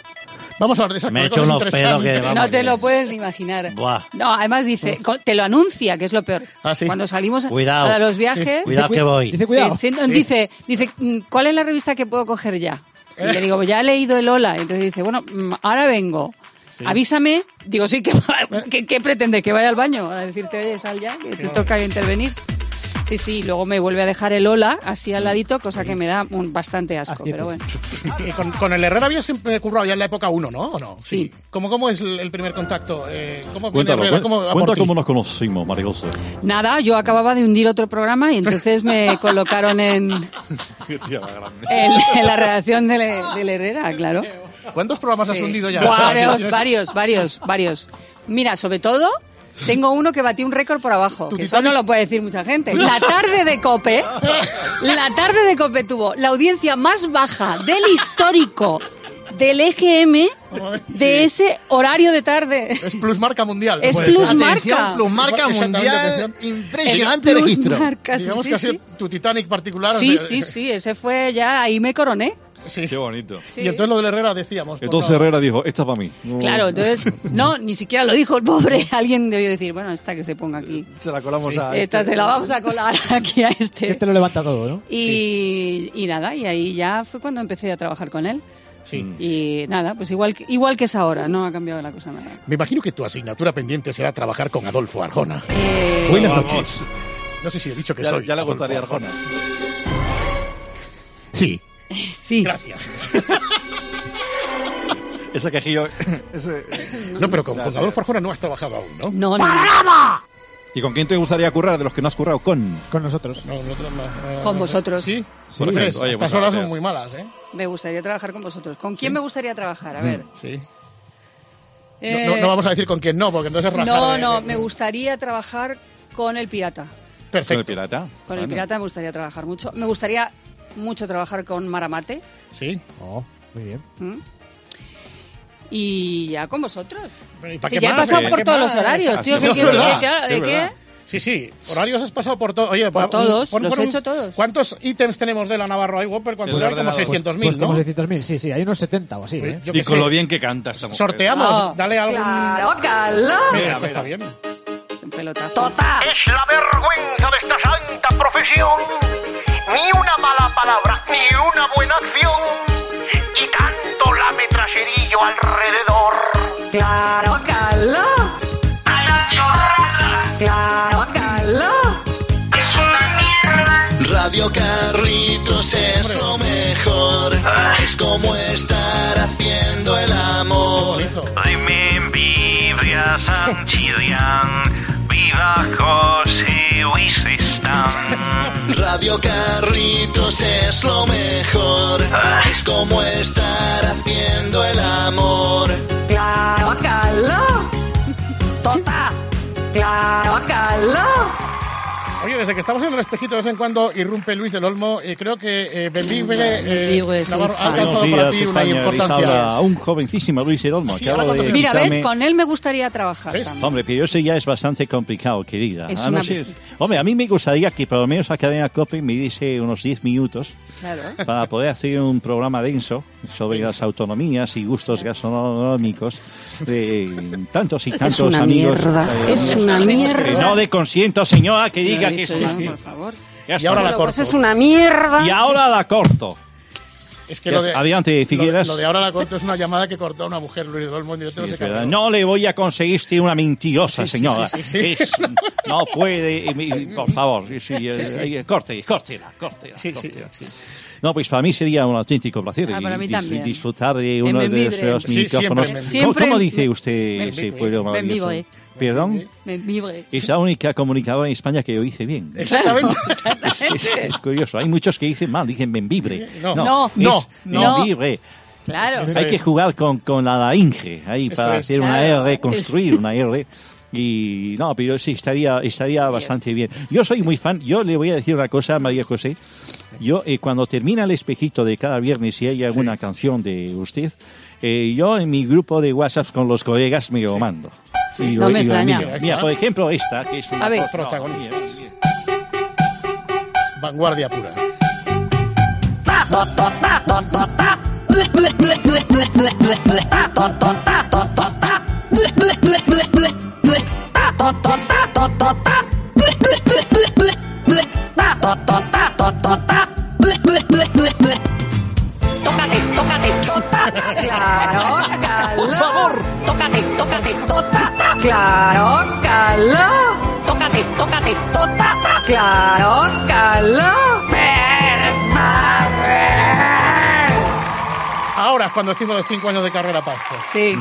[SPEAKER 4] Vamos a hablar de esas
[SPEAKER 11] Me he hecho
[SPEAKER 4] cosas
[SPEAKER 11] unos pedos que,
[SPEAKER 4] interesantes.
[SPEAKER 11] vamos.
[SPEAKER 2] no te lo puedes ni imaginar.
[SPEAKER 11] Buah.
[SPEAKER 2] No, además dice, co- te lo anuncia, que es lo peor.
[SPEAKER 4] Ah, sí.
[SPEAKER 2] Cuando salimos a-
[SPEAKER 11] Cuidado.
[SPEAKER 2] para los viajes,
[SPEAKER 11] Cuidado que voy.
[SPEAKER 12] Dice, cuidado.
[SPEAKER 2] sí, sí, no, dice, dice, mm, ¿cuál es la revista que puedo coger ya? Y
[SPEAKER 4] Eh.
[SPEAKER 2] le digo, ya he leído el Ola. Entonces dice, bueno, mm, ahora vengo. Avísame. Digo, sí, que ¿qué, qué pretende? ¿Que vaya al baño? A decirte, oye, sal ya, que te toca intervenir. Sí, sí, luego me vuelve a dejar el Ola así
[SPEAKER 4] Mm.
[SPEAKER 2] al ladito, cosa que me da un- bastante asco,
[SPEAKER 12] Asquete.
[SPEAKER 2] pero bueno.
[SPEAKER 4] Y con, con el Herrera había siempre currado ya en la época 1, ¿no? ¿O no?
[SPEAKER 2] Sí.
[SPEAKER 4] ¿Cómo, cómo es el el primer contacto? Eh, ¿Cómo viene
[SPEAKER 3] Cuéntalo,
[SPEAKER 4] Herrera?
[SPEAKER 3] cuenta,
[SPEAKER 4] ¿Cómo, va
[SPEAKER 3] cuenta
[SPEAKER 4] por ti?
[SPEAKER 3] cómo nos conocimos, Marigosa.
[SPEAKER 2] Nada, yo acababa de hundir otro programa y entonces me colocaron en, en- en la redacción del del Herrera, claro.
[SPEAKER 4] ¿Cuántos programas has
[SPEAKER 2] Sí.
[SPEAKER 4] hundido ya? Pues, O
[SPEAKER 2] Varios,
[SPEAKER 4] sea,
[SPEAKER 2] varios, varios, varios. Mira, sobre todo, tengo uno que batió un récord por abajo.
[SPEAKER 4] Tu
[SPEAKER 2] Que eso no
[SPEAKER 4] Titanic.
[SPEAKER 2] lo puede decir mucha gente. La tarde de Cope, la tarde de Cope tuvo la audiencia más baja del histórico del EGM de ese horario de tarde.
[SPEAKER 4] Es plusmarca mundial. Pues
[SPEAKER 2] Es
[SPEAKER 4] Puede ser.
[SPEAKER 2] plusmarca.
[SPEAKER 11] Atención, plusmarca
[SPEAKER 4] Exactamente,
[SPEAKER 11] mundial,
[SPEAKER 4] atención.
[SPEAKER 11] impresionante
[SPEAKER 2] Plus
[SPEAKER 11] registro.
[SPEAKER 2] marcas,
[SPEAKER 4] Digamos
[SPEAKER 2] sí,
[SPEAKER 4] que ha
[SPEAKER 2] sí.
[SPEAKER 4] sido tu Titanic particular. o
[SPEAKER 2] Sí,
[SPEAKER 4] sea,
[SPEAKER 2] sí, sí, ese fue ya, ahí me coroné.
[SPEAKER 4] sí.
[SPEAKER 7] Qué bonito.
[SPEAKER 2] Sí.
[SPEAKER 4] Y entonces lo del Herrera decíamos. por
[SPEAKER 3] Entonces
[SPEAKER 4] favor.
[SPEAKER 3] Herrera dijo, esta es para mí.
[SPEAKER 2] Claro, entonces, no, ni siquiera lo dijo el pobre. Alguien debió decir, bueno, esta que se ponga aquí.
[SPEAKER 11] Se la colamos a...
[SPEAKER 4] este.
[SPEAKER 2] Esta se la vamos a colar aquí a
[SPEAKER 12] Que
[SPEAKER 2] este.
[SPEAKER 12] te lo levanta todo, ¿no?
[SPEAKER 2] Y, y nada, y ahí ya fue cuando empecé a trabajar con él.
[SPEAKER 4] Sí.
[SPEAKER 2] Y nada, pues igual, que- igual que es ahora, no ha cambiado la cosa nada.
[SPEAKER 4] Me imagino que tu asignatura pendiente será trabajar con Adolfo Arjona.
[SPEAKER 2] Eh,
[SPEAKER 4] Buenas
[SPEAKER 7] Vamos.
[SPEAKER 4] noches. No sé si he dicho que
[SPEAKER 7] Ya-
[SPEAKER 4] soy.
[SPEAKER 7] ya le
[SPEAKER 4] Adolfo
[SPEAKER 7] gustaría Arjona.
[SPEAKER 4] Sí,
[SPEAKER 2] eh, sí,
[SPEAKER 4] gracias.
[SPEAKER 7] Ese quejillo.
[SPEAKER 4] No, pero con, con Adolfo Arjona no has trabajado aún, ¿no?
[SPEAKER 2] no, no, no.
[SPEAKER 7] ¿Y con quién te gustaría currar de los que no has currado? Con.
[SPEAKER 12] Con nosotros.
[SPEAKER 4] No, nosotros no, eh,
[SPEAKER 2] Con vosotros.
[SPEAKER 4] Sí,
[SPEAKER 7] Por ejemplo,
[SPEAKER 4] Pues,
[SPEAKER 7] oye,
[SPEAKER 4] estas
[SPEAKER 7] pues,
[SPEAKER 4] horas son
[SPEAKER 7] gracias.
[SPEAKER 4] muy malas, ¿eh?
[SPEAKER 2] me gustaría trabajar con vosotros. ¿Con quién me gustaría trabajar? A ver.
[SPEAKER 4] Mm, Sí.
[SPEAKER 2] eh,
[SPEAKER 4] No, no- no vamos a decir con quién no, porque entonces es rajar eh,
[SPEAKER 2] no,
[SPEAKER 4] de-
[SPEAKER 2] no,
[SPEAKER 4] de-
[SPEAKER 2] me gustaría trabajar con el pirata.
[SPEAKER 7] Con el
[SPEAKER 4] Perfecto.
[SPEAKER 7] pirata.
[SPEAKER 2] Con el
[SPEAKER 7] Bueno.
[SPEAKER 2] pirata me gustaría trabajar mucho. Me gustaría mucho trabajar con Maramate.
[SPEAKER 4] Sí.
[SPEAKER 12] Oh, muy bien.
[SPEAKER 2] ¿Mm? y ya con vosotros.
[SPEAKER 4] ¿Y
[SPEAKER 2] Si ya he pasado por todos los
[SPEAKER 4] Ah,
[SPEAKER 2] horarios, tío. ¿qué quiere- qué- qué- qué-
[SPEAKER 4] Sí, sí, horarios has pasado por todos. Oye,
[SPEAKER 2] Por
[SPEAKER 4] pa-
[SPEAKER 2] todos,
[SPEAKER 4] pon-
[SPEAKER 2] los
[SPEAKER 4] pon
[SPEAKER 2] he
[SPEAKER 4] un-
[SPEAKER 2] hecho todos.
[SPEAKER 4] ¿Cuántos ítems tenemos de la Navarro Whopper? ¿Cuántos hay? Como 600.000,
[SPEAKER 12] pues,
[SPEAKER 4] ¿no?
[SPEAKER 12] Como 600.000, sí, sí. Hay unos 70 o así, ¿eh?
[SPEAKER 4] yo
[SPEAKER 7] y
[SPEAKER 4] qué
[SPEAKER 7] con
[SPEAKER 4] sé.
[SPEAKER 7] lo bien que canta esta mujer.
[SPEAKER 4] Sorteamos,
[SPEAKER 12] Ah,
[SPEAKER 4] dale algo.
[SPEAKER 5] claro, claro.
[SPEAKER 4] Mira,
[SPEAKER 5] Mira,
[SPEAKER 4] esto
[SPEAKER 5] mira.
[SPEAKER 4] está bien.
[SPEAKER 13] Es la vergüenza de esta santa profesión. Ni una mala palabra, ni una buena acción. Y tanto lame traserillo alrededor.
[SPEAKER 5] Claro, caló.
[SPEAKER 13] A la chorrada.
[SPEAKER 5] Claro, caló.
[SPEAKER 13] Es una mierda.
[SPEAKER 14] Radio Carlitos es lo mejor.
[SPEAKER 13] Ah.
[SPEAKER 14] Es como estar haciendo el amor.
[SPEAKER 13] Dime envidia, Sanchirian. Viva José Wisestan.
[SPEAKER 14] Radio Carlitos es lo mejor. Es como estar haciendo el amor.
[SPEAKER 5] Claro, caló. Tota. Claro, caló.
[SPEAKER 4] Oye, desde que estamos viendo el espejito de vez en cuando irrumpe Luis del Olmo, eh, creo que eh, Benvive eh, Navarro ha
[SPEAKER 7] Buenos
[SPEAKER 4] alcanzado
[SPEAKER 7] días,
[SPEAKER 4] para ti una
[SPEAKER 7] España,
[SPEAKER 4] importancia.
[SPEAKER 7] Elisabla. Un jovencísimo Luis Herolmo.
[SPEAKER 4] Sí,
[SPEAKER 7] acabo
[SPEAKER 4] ahora
[SPEAKER 7] de
[SPEAKER 2] qué? Mira, ves,
[SPEAKER 7] quitarme-
[SPEAKER 2] con él me gustaría trabajar. también.
[SPEAKER 7] Hombre, pero eso ya es bastante complicado, querida.
[SPEAKER 2] Es
[SPEAKER 7] A no
[SPEAKER 2] una-
[SPEAKER 7] ser- Hombre, a mí me gustaría que por lo menos la cadena COPE me diese unos 10 minutos
[SPEAKER 2] Claro.
[SPEAKER 7] para poder hacer un programa denso sobre las autonomías y gustos gastronómicos de tantos y tantos
[SPEAKER 2] una
[SPEAKER 7] amigos.
[SPEAKER 2] mierda, es
[SPEAKER 7] míos.
[SPEAKER 2] una mierda.
[SPEAKER 7] Que no le consiento, señora, que
[SPEAKER 2] Lo he
[SPEAKER 7] diga que
[SPEAKER 2] dicho
[SPEAKER 7] sí,
[SPEAKER 2] ya,
[SPEAKER 7] sí.
[SPEAKER 2] por favor.
[SPEAKER 7] Ya
[SPEAKER 2] Y
[SPEAKER 7] está.
[SPEAKER 2] ahora la Bueno, pues corto. es una mierda.
[SPEAKER 7] Y ahora la corto.
[SPEAKER 4] Es que lo de,
[SPEAKER 7] Adelante, Figueras.
[SPEAKER 4] Lo, lo de ahora la corto es una llamada que cortó a una mujer, Luis del Olmo, y yo te lo
[SPEAKER 7] Sí,
[SPEAKER 4] sé
[SPEAKER 7] es verdad. No le voy a conseguir ser una mentirosa, señora. Es- no puede, eh, mi- por favor. sí, sí, eh,
[SPEAKER 2] Sí, sí.
[SPEAKER 7] eh, corte, córtela, córtela, córtela. No, pues para mí sería un auténtico placer
[SPEAKER 2] Ah,
[SPEAKER 7] y
[SPEAKER 2] para mí
[SPEAKER 7] dis-
[SPEAKER 2] también.
[SPEAKER 7] disfrutar de uno de
[SPEAKER 2] Envidible.
[SPEAKER 7] nuestros
[SPEAKER 2] Sí,
[SPEAKER 7] micrófonos.
[SPEAKER 2] siempre,
[SPEAKER 7] ¿Cómo,
[SPEAKER 2] siempre.
[SPEAKER 7] cómo dice usted
[SPEAKER 2] Envidible.
[SPEAKER 7] ese pueblo maravilloso?
[SPEAKER 2] Envidible.
[SPEAKER 7] ¿Perdón?
[SPEAKER 2] Me vibre.
[SPEAKER 7] Es la única comunicadora en España que lo dice bien.
[SPEAKER 4] Exactamente.
[SPEAKER 7] Es curioso. Hay muchos que dicen mal, dicen benvibre.
[SPEAKER 2] No. No.
[SPEAKER 7] es
[SPEAKER 2] No, no.
[SPEAKER 7] benvibre.
[SPEAKER 2] Claro.
[SPEAKER 7] Hay que jugar con, con la laringe ahí
[SPEAKER 2] Eso
[SPEAKER 7] para
[SPEAKER 2] es.
[SPEAKER 7] hacer una
[SPEAKER 2] Claro.
[SPEAKER 7] R, construir una R. Y no, pero sí, estaría, estaría bastante bien. Yo soy muy fan, yo le voy a decir una cosa a María José. Yo, eh, cuando termina el espejito de cada viernes, si hay alguna canción de usted, eh, yo en mi grupo de WhatsApp con los colegas me lo mando. Y
[SPEAKER 2] No
[SPEAKER 7] lo-
[SPEAKER 2] me
[SPEAKER 7] y lo
[SPEAKER 2] extraña.
[SPEAKER 7] envío. Mira, por ejemplo, esta, que es una
[SPEAKER 2] A ver.
[SPEAKER 7] cosa-
[SPEAKER 4] Protagonistas. Vanguardia pura.
[SPEAKER 5] Tócate, tócate, tota, claro, caló. Por favor. Tócate, tócate, tota, claro, caló. Tócate, tócate, tota, claro, caló.
[SPEAKER 4] Ahora es cuando decimos los cinco años de carrera paz.
[SPEAKER 2] Sí.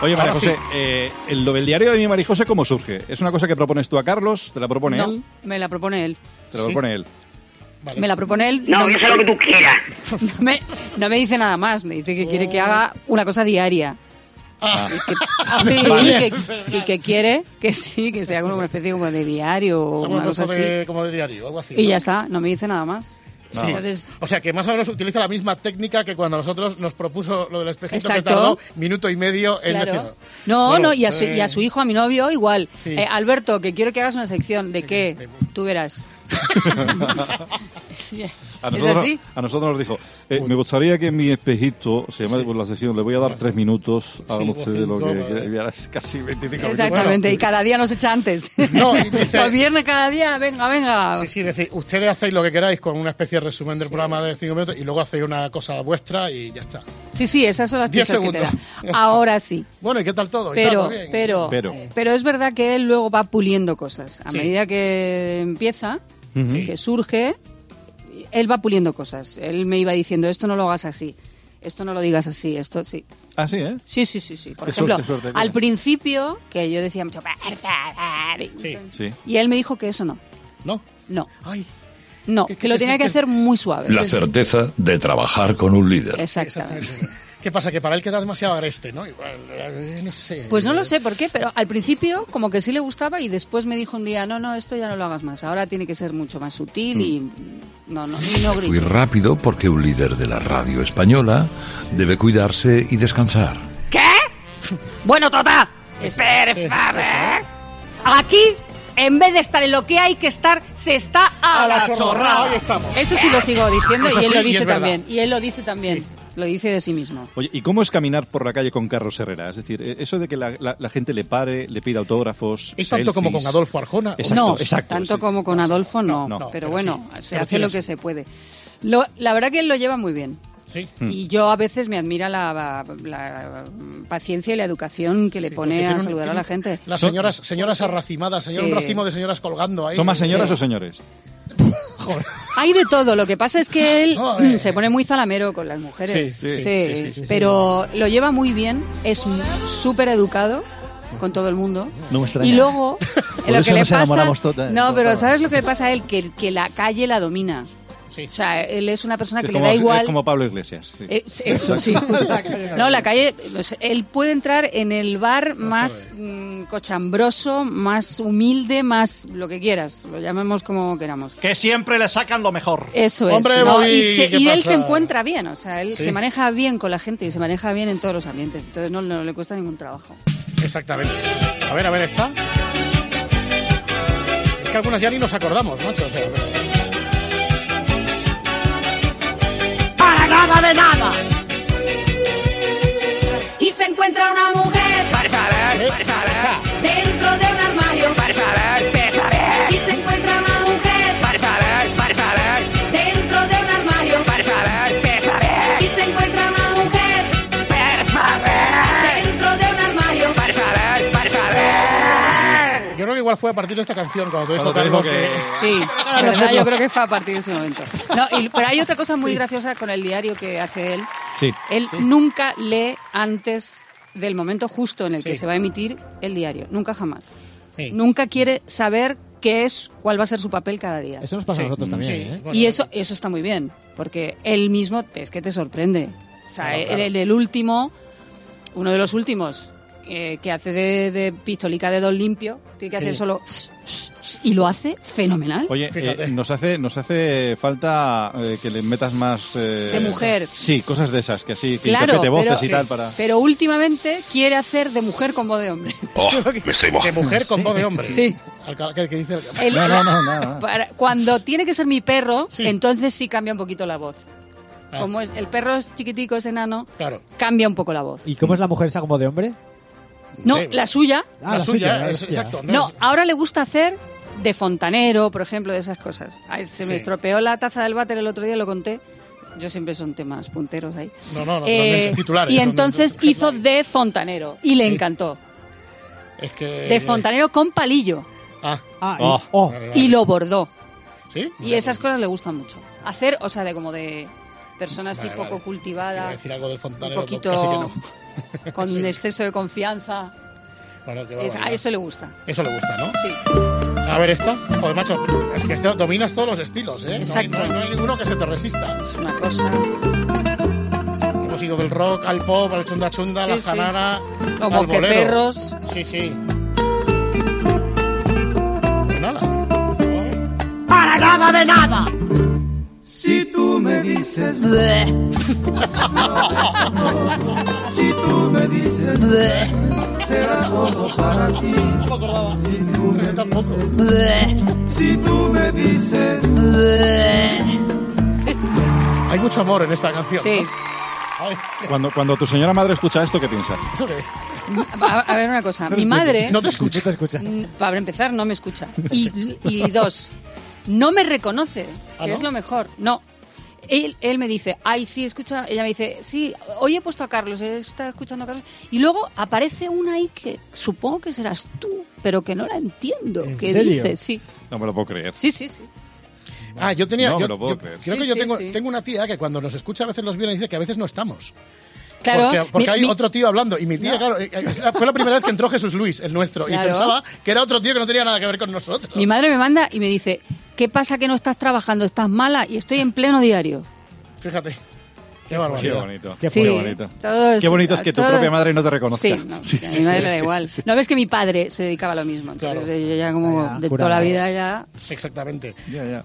[SPEAKER 7] Oye, María
[SPEAKER 4] Ahora
[SPEAKER 7] José,
[SPEAKER 4] sí.
[SPEAKER 7] eh, el, lo del diario de mi María José, ¿cómo surge? ¿Es una cosa que propones tú a Carlos? ¿Te la propone
[SPEAKER 2] No,
[SPEAKER 7] él?
[SPEAKER 2] me la propone él.
[SPEAKER 7] ¿Te la propone él?
[SPEAKER 2] Me la propone él.
[SPEAKER 10] No, yo sé lo que tú quieras.
[SPEAKER 2] No me, no me dice nada más. Me dice que quiere que haga una cosa diaria.
[SPEAKER 4] Ah,
[SPEAKER 2] Sí,
[SPEAKER 4] vale.
[SPEAKER 2] que- y que quiere que sí, que sea como una especie como de diario o
[SPEAKER 4] Alguna
[SPEAKER 2] una cosa
[SPEAKER 4] cosa
[SPEAKER 2] pues así.
[SPEAKER 4] de- como de diario, algo así.
[SPEAKER 2] Y
[SPEAKER 4] ¿no?
[SPEAKER 2] ya está, no me dice nada más.
[SPEAKER 4] Sí.
[SPEAKER 2] Entonces,
[SPEAKER 4] o sea que más o menos utiliza la misma técnica que cuando nosotros nos propuso lo del espejito que
[SPEAKER 2] Exacto.
[SPEAKER 4] tardó minuto y medio en
[SPEAKER 2] Claro.
[SPEAKER 4] decirlo.
[SPEAKER 2] No,
[SPEAKER 4] Bueno, eh,
[SPEAKER 2] no, y a, su, y a su hijo, a mi novio, igual.
[SPEAKER 4] Sí.
[SPEAKER 2] Eh, Alberto, que quiero que hagas una sección de qué, tú verás. Sí.
[SPEAKER 7] A
[SPEAKER 2] ¿Es
[SPEAKER 7] nosotros,
[SPEAKER 2] así?
[SPEAKER 7] a nosotros nos dijo, eh, me gustaría que mi espejito se llamara por la sesión, le voy a dar tres minutos, hagan
[SPEAKER 4] Cinco,
[SPEAKER 7] ustedes lo
[SPEAKER 4] cinco,
[SPEAKER 7] que
[SPEAKER 4] vale.
[SPEAKER 7] quieran". Es casi 25
[SPEAKER 2] Exactamente, y cada día nos echa antes. Los pues, viernes cada día, venga, venga.
[SPEAKER 4] Sí, sí, decir, ustedes hacéis lo que queráis con una especie de resumen del programa de cinco minutos y luego hacéis una cosa vuestra y ya está.
[SPEAKER 2] Sí, sí, esas son las
[SPEAKER 4] Diez
[SPEAKER 2] pistas que te da.
[SPEAKER 4] segundos.
[SPEAKER 2] Ahora sí.
[SPEAKER 4] Bueno, ¿y qué tal todo? ¿Y tal?
[SPEAKER 2] Pero,
[SPEAKER 4] ¿Muy bien?
[SPEAKER 2] pero,
[SPEAKER 4] Pero.
[SPEAKER 2] pero, es verdad que él luego va puliendo cosas. A
[SPEAKER 4] Sí.
[SPEAKER 2] medida que empieza,
[SPEAKER 4] Ujú.
[SPEAKER 2] que surge, él va puliendo cosas. Él me iba diciendo, esto no lo hagas así, esto no lo digas así, esto sí.
[SPEAKER 7] Ah, sí, ¿eh?
[SPEAKER 2] Sí, sí, sí, sí. Por
[SPEAKER 7] Qué
[SPEAKER 2] ejemplo,
[SPEAKER 7] suerte, suerte, mira.
[SPEAKER 2] al principio, que yo decía mucho, "Por favor",
[SPEAKER 7] Sí.
[SPEAKER 2] y él me dijo que eso no.
[SPEAKER 4] ¿No?
[SPEAKER 2] No. no, que lo
[SPEAKER 4] qué
[SPEAKER 2] tenía que
[SPEAKER 4] sientes?
[SPEAKER 2] hacer muy suave.
[SPEAKER 15] La certeza de trabajar con un
[SPEAKER 4] Eh,
[SPEAKER 15] líder.
[SPEAKER 2] Exactamente.
[SPEAKER 4] ¿Qué pasa? Que para él queda demasiado agreste, ¿no? Igual, eh, no sé.
[SPEAKER 2] Pues no lo sé por qué, pero al principio como que sí le gustaba y después me dijo un día, no, no, esto ya no lo hagas más, ahora tiene que ser mucho más sutil y no, no, y no
[SPEAKER 15] Fui
[SPEAKER 2] grites.
[SPEAKER 15] rápido porque un líder de la radio española debe cuidarse y descansar.
[SPEAKER 5] Bueno, Tota, espere, eh. Aquí, en vez de estar en lo que hay que estar, se está a,
[SPEAKER 2] A la
[SPEAKER 5] la
[SPEAKER 2] chorrada,
[SPEAKER 5] chorrada.
[SPEAKER 2] ahí estamos. Eso sí lo sigo diciendo y
[SPEAKER 5] Eso
[SPEAKER 2] él
[SPEAKER 5] sí,
[SPEAKER 2] lo
[SPEAKER 5] y
[SPEAKER 2] dice
[SPEAKER 5] es verdad.
[SPEAKER 2] también. Y él lo dice también. Lo dice de sí mismo.
[SPEAKER 7] Oye, ¿y cómo es caminar por la calle con Carlos Herrera? Es decir, eh, eso de que la, la- la gente le pare, le pida autógrafos.
[SPEAKER 2] Es tanto como con
[SPEAKER 4] Adolfo Arjona.
[SPEAKER 7] Exacto,
[SPEAKER 2] no,
[SPEAKER 7] exacto,
[SPEAKER 2] tanto
[SPEAKER 7] sí.
[SPEAKER 2] como con Adolfo no,
[SPEAKER 7] no, no,
[SPEAKER 2] pero
[SPEAKER 7] pero
[SPEAKER 2] bueno,
[SPEAKER 7] sí,
[SPEAKER 2] se
[SPEAKER 7] pero
[SPEAKER 2] hace lo
[SPEAKER 7] tienes-
[SPEAKER 2] que se puede. Lo- la verdad que él lo lleva muy bien.
[SPEAKER 7] Mm.
[SPEAKER 2] Y yo a veces me admira la, la paciencia y la educación que le pone
[SPEAKER 4] porque
[SPEAKER 2] a
[SPEAKER 4] tiene un-
[SPEAKER 2] saludar a
[SPEAKER 4] tiene
[SPEAKER 2] la
[SPEAKER 4] un-
[SPEAKER 2] gente.
[SPEAKER 4] Las señoras, señoras arracimadas, señor, un
[SPEAKER 2] Sí.
[SPEAKER 4] racimo de señoras colgando ahí.
[SPEAKER 7] ¿Son más señoras
[SPEAKER 4] Sí.
[SPEAKER 7] o señores?
[SPEAKER 2] Hay de todo, lo que pasa es que él mm, se pone muy zalamero con las mujeres.
[SPEAKER 5] eh. Sí, sí,
[SPEAKER 2] Sí,
[SPEAKER 5] sí, sí, sí, sí.
[SPEAKER 2] pero lo lleva muy bien, es m- súper educado con todo el mundo.
[SPEAKER 11] No me extraña.
[SPEAKER 2] Y luego,
[SPEAKER 11] Por
[SPEAKER 2] lo
[SPEAKER 11] eso
[SPEAKER 2] que le
[SPEAKER 11] nos
[SPEAKER 2] pasa.
[SPEAKER 11] enamoramos todas.
[SPEAKER 2] No, pero ¿sabes lo que le pasa a él? Que, que la calle la domina. O sea, él es una persona
[SPEAKER 7] Es
[SPEAKER 2] que
[SPEAKER 7] como-
[SPEAKER 2] le da
[SPEAKER 7] Es
[SPEAKER 2] igual.
[SPEAKER 7] como Pablo Iglesias. sí.
[SPEAKER 2] Eh, eso sí, justo. No, la calle. o sea, él puede entrar en el bar más mm, cochambroso, más humilde, más lo que quieras. Lo llamemos como queramos.
[SPEAKER 16] Que siempre le sacan lo mejor.
[SPEAKER 2] Eso es.
[SPEAKER 16] Hombre,
[SPEAKER 2] ¿no?
[SPEAKER 16] Bobby,
[SPEAKER 2] y se-
[SPEAKER 16] ¿qué
[SPEAKER 2] y él
[SPEAKER 16] pasa?
[SPEAKER 2] se encuentra bien, o sea, él
[SPEAKER 4] Sí.
[SPEAKER 2] se maneja bien con la gente y se maneja bien en todos los ambientes. Entonces no, no le cuesta ningún trabajo.
[SPEAKER 4] Exactamente. A ver, a ver, está. Es que algunas ya ni nos acordamos, macho. o sea, pero-
[SPEAKER 5] Para nada de nada. Y se encuentra una mujer. Por favor, por favor. Dentro de un armario. Por favor, por favor. Y se encuentra una mujer. Por favor, por favor. Dentro de un armario. Por favor, por favor. Y se encuentra una mujer. Por favor. Dentro de un armario. Por favor, por favor.
[SPEAKER 4] Yo creo que igual fue a partir de esta canción cuando te dijo
[SPEAKER 2] Cuando te
[SPEAKER 4] Carlos
[SPEAKER 2] dijo
[SPEAKER 4] que...
[SPEAKER 2] Sí, en verdad, yo creo que fue a partir de ese momento. No, y- pero hay otra cosa muy graciosa con el diario que hace él.
[SPEAKER 7] Sí.
[SPEAKER 2] Él nunca lee antes del momento justo en el que
[SPEAKER 4] Sí.
[SPEAKER 2] se va a emitir el diario. Nunca jamás.
[SPEAKER 4] Sí.
[SPEAKER 2] Nunca quiere saber qué es, cuál va a ser su papel cada día.
[SPEAKER 12] Eso nos pasa a Sí. nosotros también, ¿eh? bueno.
[SPEAKER 2] Y eso, eso está muy bien, porque él mismo te- es que te sorprende. O sea,
[SPEAKER 12] Claro,
[SPEAKER 2] él-
[SPEAKER 12] claro.
[SPEAKER 2] El, el último, uno de los últimos, eh, que hace de, de pistolica de don limpio, tiene que hacer
[SPEAKER 7] Sí.
[SPEAKER 2] solo... Y lo hace fenomenal.
[SPEAKER 7] Oye, eh, nos, hace, nos hace falta eh, que le metas más... eh,
[SPEAKER 2] De mujer.
[SPEAKER 7] Sí, cosas de esas, que así, que
[SPEAKER 2] Claro,
[SPEAKER 7] interprete voces
[SPEAKER 2] pero,
[SPEAKER 7] y tal para...
[SPEAKER 2] pero últimamente quiere hacer de mujer con voz de hombre.
[SPEAKER 7] Oh. me estoy
[SPEAKER 4] De
[SPEAKER 7] mojando.
[SPEAKER 4] mujer con voz de hombre.
[SPEAKER 2] Sí.
[SPEAKER 4] Al ca- que- que dice el-
[SPEAKER 2] El- No, no, no, Para- cuando tiene que ser mi perro, entonces sí cambia un poquito la voz.
[SPEAKER 4] Ah.
[SPEAKER 2] Como es, el perro es chiquitico, es enano,
[SPEAKER 4] Claro.
[SPEAKER 2] cambia un poco la voz.
[SPEAKER 12] ¿Y cómo es la mujer esa como de hombre?
[SPEAKER 2] No, la suya.
[SPEAKER 12] Ah, la La suya, suya, la es- suya. exacto,
[SPEAKER 2] No,
[SPEAKER 12] no es-
[SPEAKER 2] ahora le gusta hacer de fontanero, por ejemplo, de esas cosas. Ay, se me
[SPEAKER 12] Sí.
[SPEAKER 2] estropeó la taza del váter el otro día, lo conté. Yo siempre son temas punteros ahí. Eh,
[SPEAKER 4] No, no, no, realmente, titulares,
[SPEAKER 2] Y
[SPEAKER 4] no, no,
[SPEAKER 2] entonces hizo de fontanero y le
[SPEAKER 4] Sí.
[SPEAKER 2] encantó.
[SPEAKER 4] Es que...
[SPEAKER 2] De fontanero con palillo.
[SPEAKER 4] Ah.
[SPEAKER 2] y- Oh. Y lo bordó.
[SPEAKER 4] ¿Sí?
[SPEAKER 2] Y esas cosas le gustan mucho. Hacer, o sea, de como de persona así
[SPEAKER 4] Vale,
[SPEAKER 2] poco
[SPEAKER 4] vale. Iba
[SPEAKER 2] cultivada,
[SPEAKER 4] a decir algo del fontanero,
[SPEAKER 2] un poquito
[SPEAKER 4] casi que no.
[SPEAKER 2] con
[SPEAKER 4] Sí.
[SPEAKER 2] exceso de confianza.
[SPEAKER 4] No, no, que va,
[SPEAKER 2] Es-
[SPEAKER 4] va,
[SPEAKER 2] a
[SPEAKER 4] va.
[SPEAKER 2] eso le gusta.
[SPEAKER 4] Eso le gusta, ¿no?
[SPEAKER 2] Sí.
[SPEAKER 4] A ver, esta. Joder, macho, es que este- dominas todos los estilos, ¿eh? No hay-
[SPEAKER 2] Exacto.
[SPEAKER 4] No hay, no hay ninguno que se te resista. Es
[SPEAKER 2] una cosa.
[SPEAKER 4] Hemos ido del rock al pop, al chunda chunda, a
[SPEAKER 2] Sí,
[SPEAKER 4] la
[SPEAKER 2] sí.
[SPEAKER 4] janara,
[SPEAKER 2] Como
[SPEAKER 4] al
[SPEAKER 2] que
[SPEAKER 4] bolero.
[SPEAKER 2] perros.
[SPEAKER 4] Sí, sí. Pues nada.
[SPEAKER 10] Para nada de nada.
[SPEAKER 17] Si tú me dices si tú me dices será todo para ti. Si tú me dices si tú me dices
[SPEAKER 4] Hay mucho amor en esta canción.
[SPEAKER 2] Sí.
[SPEAKER 7] Cuando, cuando tu señora madre escucha esto, ¿qué piensa?
[SPEAKER 4] Eso que-
[SPEAKER 2] A, a ver una cosa, mi madre,
[SPEAKER 4] No te escucha.
[SPEAKER 12] te escucha.
[SPEAKER 2] mm, para empezar, no me escucha. Y, y dos, no me reconoce,
[SPEAKER 12] ¿Ah,
[SPEAKER 2] que
[SPEAKER 12] no?
[SPEAKER 2] es lo mejor. No. Él, él me dice, ay, sí, escucha. Ella me dice, sí, hoy he puesto a Carlos, eh, está escuchando a Carlos. Y luego aparece una ahí que supongo que serás tú, pero que no la entiendo.
[SPEAKER 7] ¿En
[SPEAKER 2] que
[SPEAKER 7] serio?
[SPEAKER 2] dice, sí.
[SPEAKER 7] No me lo puedo creer.
[SPEAKER 2] Sí, sí, sí.
[SPEAKER 4] Ah, yo tenía.
[SPEAKER 7] No me
[SPEAKER 4] yo,
[SPEAKER 7] lo puedo
[SPEAKER 4] yo-
[SPEAKER 7] creer.
[SPEAKER 4] creo que
[SPEAKER 2] Sí,
[SPEAKER 4] yo
[SPEAKER 2] sí,
[SPEAKER 4] tengo,
[SPEAKER 2] sí.
[SPEAKER 4] tengo una tía que cuando nos escucha a veces los viernes dice que a veces no estamos.
[SPEAKER 2] Claro,
[SPEAKER 4] porque porque
[SPEAKER 2] mi-
[SPEAKER 4] hay
[SPEAKER 2] mi-
[SPEAKER 4] otro tío hablando. Y mi tía, claro, eh, eh, fue la primera vez que entró Jesús Luis, el nuestro, y
[SPEAKER 2] Claro.
[SPEAKER 4] pensaba que era otro tío que no tenía nada que ver con nosotros.
[SPEAKER 2] Mi madre me manda y me dice, ¿qué pasa que no estás trabajando? Estás mala y estoy en pleno diario.
[SPEAKER 4] Fíjate. Qué barbaridad.
[SPEAKER 7] Qué bonito.
[SPEAKER 2] Qué
[SPEAKER 7] Qué,
[SPEAKER 2] Sí,
[SPEAKER 7] bonito.
[SPEAKER 2] todo
[SPEAKER 7] Qué bonito es que tu
[SPEAKER 2] todo
[SPEAKER 7] propia
[SPEAKER 2] es-
[SPEAKER 7] madre no te reconozca.
[SPEAKER 2] Sí, no, que a mi madre le da igual. No ves que mi padre se dedicaba a lo mismo. Entonces yo ya como de
[SPEAKER 4] curado.
[SPEAKER 2] toda la vida ya...
[SPEAKER 4] Exactamente.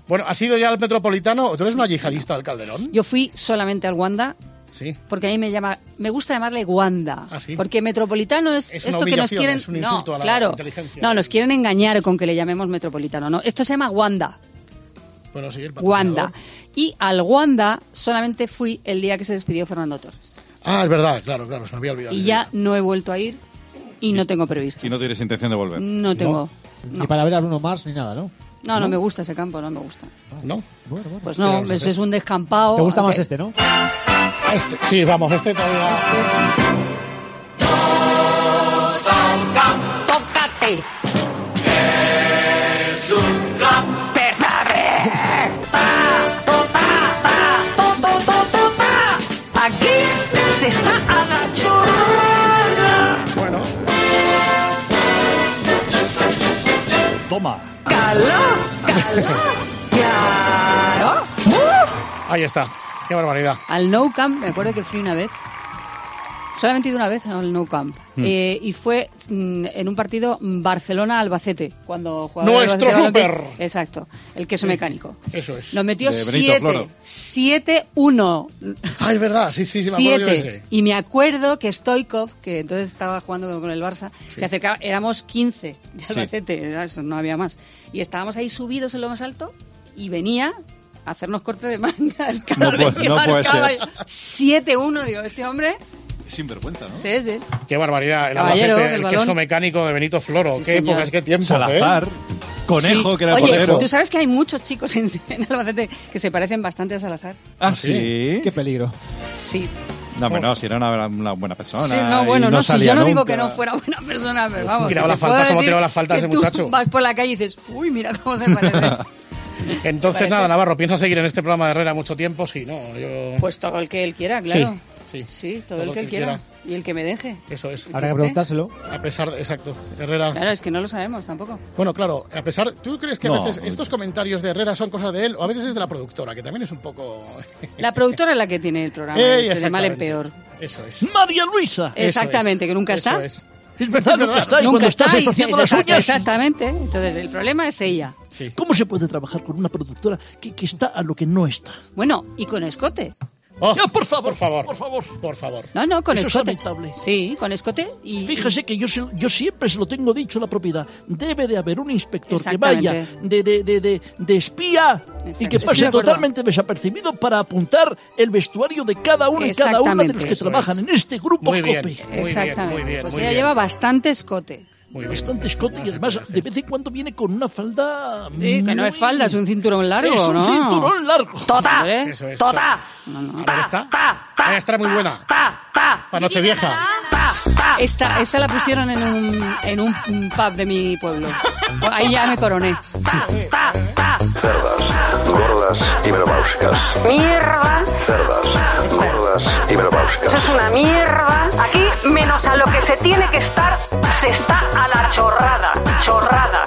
[SPEAKER 4] Bueno, ¿has ido ya al Metropolitano? ¿Tú eres una yihadista del Calderón?
[SPEAKER 2] Yo fui solamente al Wanda
[SPEAKER 4] Sí.
[SPEAKER 2] Porque a mí me llama, me gusta llamarle Wanda,
[SPEAKER 4] Ah, sí.
[SPEAKER 2] porque metropolitano es,
[SPEAKER 4] Es una
[SPEAKER 2] esto que nos
[SPEAKER 4] humillación,
[SPEAKER 2] quieren,
[SPEAKER 4] es un insulto
[SPEAKER 2] no,
[SPEAKER 4] a la
[SPEAKER 2] claro,
[SPEAKER 4] inteligencia.
[SPEAKER 2] no, nos quieren engañar con que le llamemos metropolitano, no, esto se llama Wanda,
[SPEAKER 4] Bueno, sí, el
[SPEAKER 2] Wanda, y al Wanda solamente fui el día que se despidió Fernando Torres
[SPEAKER 4] Ah, es verdad, claro, claro, se me había olvidado.
[SPEAKER 2] y ya no he vuelto a ir y no tengo previsto,
[SPEAKER 18] Y no tienes intención de volver.
[SPEAKER 2] no tengo,
[SPEAKER 12] Ni para ver a Bruno Mars ni nada, ¿no?
[SPEAKER 2] no, no, me gusta ese campo, no me gusta,
[SPEAKER 4] ¿No?
[SPEAKER 2] pues
[SPEAKER 12] ¿qué
[SPEAKER 2] no,
[SPEAKER 12] vamos a
[SPEAKER 4] eh.
[SPEAKER 2] pues
[SPEAKER 12] hacer?
[SPEAKER 2] es un descampado, Eh,
[SPEAKER 12] Te gusta más
[SPEAKER 2] aunque-
[SPEAKER 12] este, ¿no?
[SPEAKER 4] Este, sí, vamos, este todavía.
[SPEAKER 5] ¡Tócate! ¡Es un gran
[SPEAKER 10] Aquí se está a la chorrada. Bueno.
[SPEAKER 7] Toma.
[SPEAKER 10] Calor, calor.
[SPEAKER 2] claro,
[SPEAKER 4] Ahí está, qué barbaridad.
[SPEAKER 2] Al No Camp, me acuerdo que fui una vez. Solamente he ido una vez al No Camp.
[SPEAKER 4] Hmm.
[SPEAKER 2] Eh, y fue mm, en un partido Barcelona-Albacete, cuando jugaba.
[SPEAKER 4] Nuestro
[SPEAKER 2] el Albacete al
[SPEAKER 4] súper.
[SPEAKER 2] Olympic. Exacto, el queso mecánico.
[SPEAKER 4] Eso es.
[SPEAKER 2] Nos metió
[SPEAKER 4] De Benito
[SPEAKER 2] 7.
[SPEAKER 4] Floro.
[SPEAKER 2] 7-1.
[SPEAKER 4] Ah, es verdad, sí, sí, sí, me acuerdo yo de
[SPEAKER 2] Siete.
[SPEAKER 4] ese.
[SPEAKER 2] Y me acuerdo que Stoikov, que entonces estaba jugando con el Barça,
[SPEAKER 4] Sí.
[SPEAKER 2] se acercaba, éramos 15 de
[SPEAKER 4] Sí.
[SPEAKER 2] Albacete, era eso, no había más. Y estábamos ahí subidos en lo más alto y venía a hacernos corte de mangas
[SPEAKER 18] No
[SPEAKER 2] cada vez
[SPEAKER 18] puede-
[SPEAKER 2] que
[SPEAKER 18] no puede
[SPEAKER 2] marcaba.
[SPEAKER 18] ser.
[SPEAKER 2] Yo, 7-1, digo, este hombre,
[SPEAKER 18] Es sinvergüenza, ¿no?
[SPEAKER 2] sí, sí.
[SPEAKER 4] Qué barbaridad, el
[SPEAKER 2] Caballero,
[SPEAKER 4] Albacete,
[SPEAKER 2] el
[SPEAKER 4] el,
[SPEAKER 2] balón.
[SPEAKER 4] queso mecánico de Benito Floro. qué
[SPEAKER 2] señor.
[SPEAKER 4] épocas, qué tiempos,
[SPEAKER 18] Salazar,
[SPEAKER 4] ¿eh?
[SPEAKER 18] Conejo, que era
[SPEAKER 2] Oye,
[SPEAKER 18] portero.
[SPEAKER 2] tú sabes que hay muchos chicos en, en Albacete que se parecen bastante a Salazar.
[SPEAKER 18] Ah, sí.
[SPEAKER 12] Qué peligro.
[SPEAKER 2] Sí. Eh,
[SPEAKER 18] No,
[SPEAKER 4] Oh.
[SPEAKER 18] pero no, si era una, una buena persona.
[SPEAKER 2] Sí, no,
[SPEAKER 18] y
[SPEAKER 2] bueno, no, si
[SPEAKER 18] salía
[SPEAKER 2] yo no digo
[SPEAKER 18] nunca.
[SPEAKER 2] que no fuera buena persona, pero vamos.
[SPEAKER 4] Tiraba
[SPEAKER 2] que te
[SPEAKER 4] las faltas,
[SPEAKER 2] puedo
[SPEAKER 4] ¿cómo
[SPEAKER 2] decir
[SPEAKER 4] tiraba las faltas
[SPEAKER 2] que
[SPEAKER 4] ese
[SPEAKER 2] tú
[SPEAKER 4] muchacho?
[SPEAKER 2] Vas por la calle y dices, uy, mira cómo se parece.
[SPEAKER 4] Entonces,
[SPEAKER 2] Parece.
[SPEAKER 4] nada, Navarro, ¿piensas seguir en este programa de Herrera mucho tiempo? Sí, no, yo...
[SPEAKER 2] Pues todo el que él quiera, claro.
[SPEAKER 4] Sí,
[SPEAKER 2] todo, el que él quiera. Y el que me deje.
[SPEAKER 4] Eso es.
[SPEAKER 2] ¿Este?
[SPEAKER 12] Habrá que preguntárselo.
[SPEAKER 4] A pesar de... Exacto, Herrera...
[SPEAKER 2] Claro, es que no lo sabemos tampoco.
[SPEAKER 4] Bueno, claro, a pesar... ¿Tú crees que a
[SPEAKER 2] No.
[SPEAKER 4] veces estos comentarios de Herrera son cosas de él? O a veces es de la productora, que también es un poco...
[SPEAKER 2] La productora es la que tiene el programa,
[SPEAKER 4] Ey,
[SPEAKER 2] este, de mal en
[SPEAKER 4] exactamente.
[SPEAKER 2] peor.
[SPEAKER 4] Eso es.
[SPEAKER 6] María Luisa.
[SPEAKER 2] Exactamente, que nunca está.
[SPEAKER 4] es.
[SPEAKER 6] Es verdad, nunca está. Y
[SPEAKER 2] Nunca
[SPEAKER 6] cuando estás
[SPEAKER 2] está,
[SPEAKER 6] está
[SPEAKER 2] y-
[SPEAKER 6] haciendo las
[SPEAKER 2] exacto,
[SPEAKER 6] uñas.
[SPEAKER 2] Exactamente. Entonces, el problema es ella.
[SPEAKER 6] ¿Cómo se puede trabajar con una productora que, que está a lo que no está?
[SPEAKER 2] Bueno, y con escote.
[SPEAKER 6] Ya, por favor,
[SPEAKER 4] Oh, por favor, por
[SPEAKER 6] favor.
[SPEAKER 4] Por favor.
[SPEAKER 2] No, no, con
[SPEAKER 6] Eso es
[SPEAKER 2] escote.
[SPEAKER 6] lamentable.
[SPEAKER 2] Sí, con escote y...
[SPEAKER 6] Fíjese que yo, se- yo siempre se lo tengo dicho a la propiedad. Debe de haber un inspector que
[SPEAKER 2] Exactamente.
[SPEAKER 6] vaya de, de, de, de, de espía y que
[SPEAKER 2] Estoy de
[SPEAKER 6] pase
[SPEAKER 2] acuerdo.
[SPEAKER 6] totalmente desapercibido para apuntar el vestuario de cada uno y cada una de los
[SPEAKER 2] Exactamente.
[SPEAKER 6] que
[SPEAKER 2] Eso
[SPEAKER 6] trabajan en este grupo
[SPEAKER 2] Muy bien,
[SPEAKER 6] COPE.
[SPEAKER 2] Exactamente. pues ella lleva bastante escote.
[SPEAKER 6] Bastante escote y además de vez en cuando viene con una falda.
[SPEAKER 2] Sí, que no es
[SPEAKER 6] muy-
[SPEAKER 2] falda, es un cinturón largo,
[SPEAKER 6] Es un
[SPEAKER 2] ¿no?
[SPEAKER 6] cinturón largo.
[SPEAKER 2] ¡Tota!
[SPEAKER 4] Eso es.
[SPEAKER 2] ¡Tota!
[SPEAKER 4] Vaya, Esta era muy buena. Para Nochevieja.
[SPEAKER 2] Esta, esta la pusieron en un, en un pub de mi pueblo. Ahí ya me coroné.
[SPEAKER 19] Cerdas, gordas y menopáusicas.
[SPEAKER 10] Mierda.
[SPEAKER 19] Cerdas, gordas y menopáusicas.
[SPEAKER 10] Eso es una mierda. Aquí, menos a lo que se tiene que estar, se está a la chorrada. Chorrada.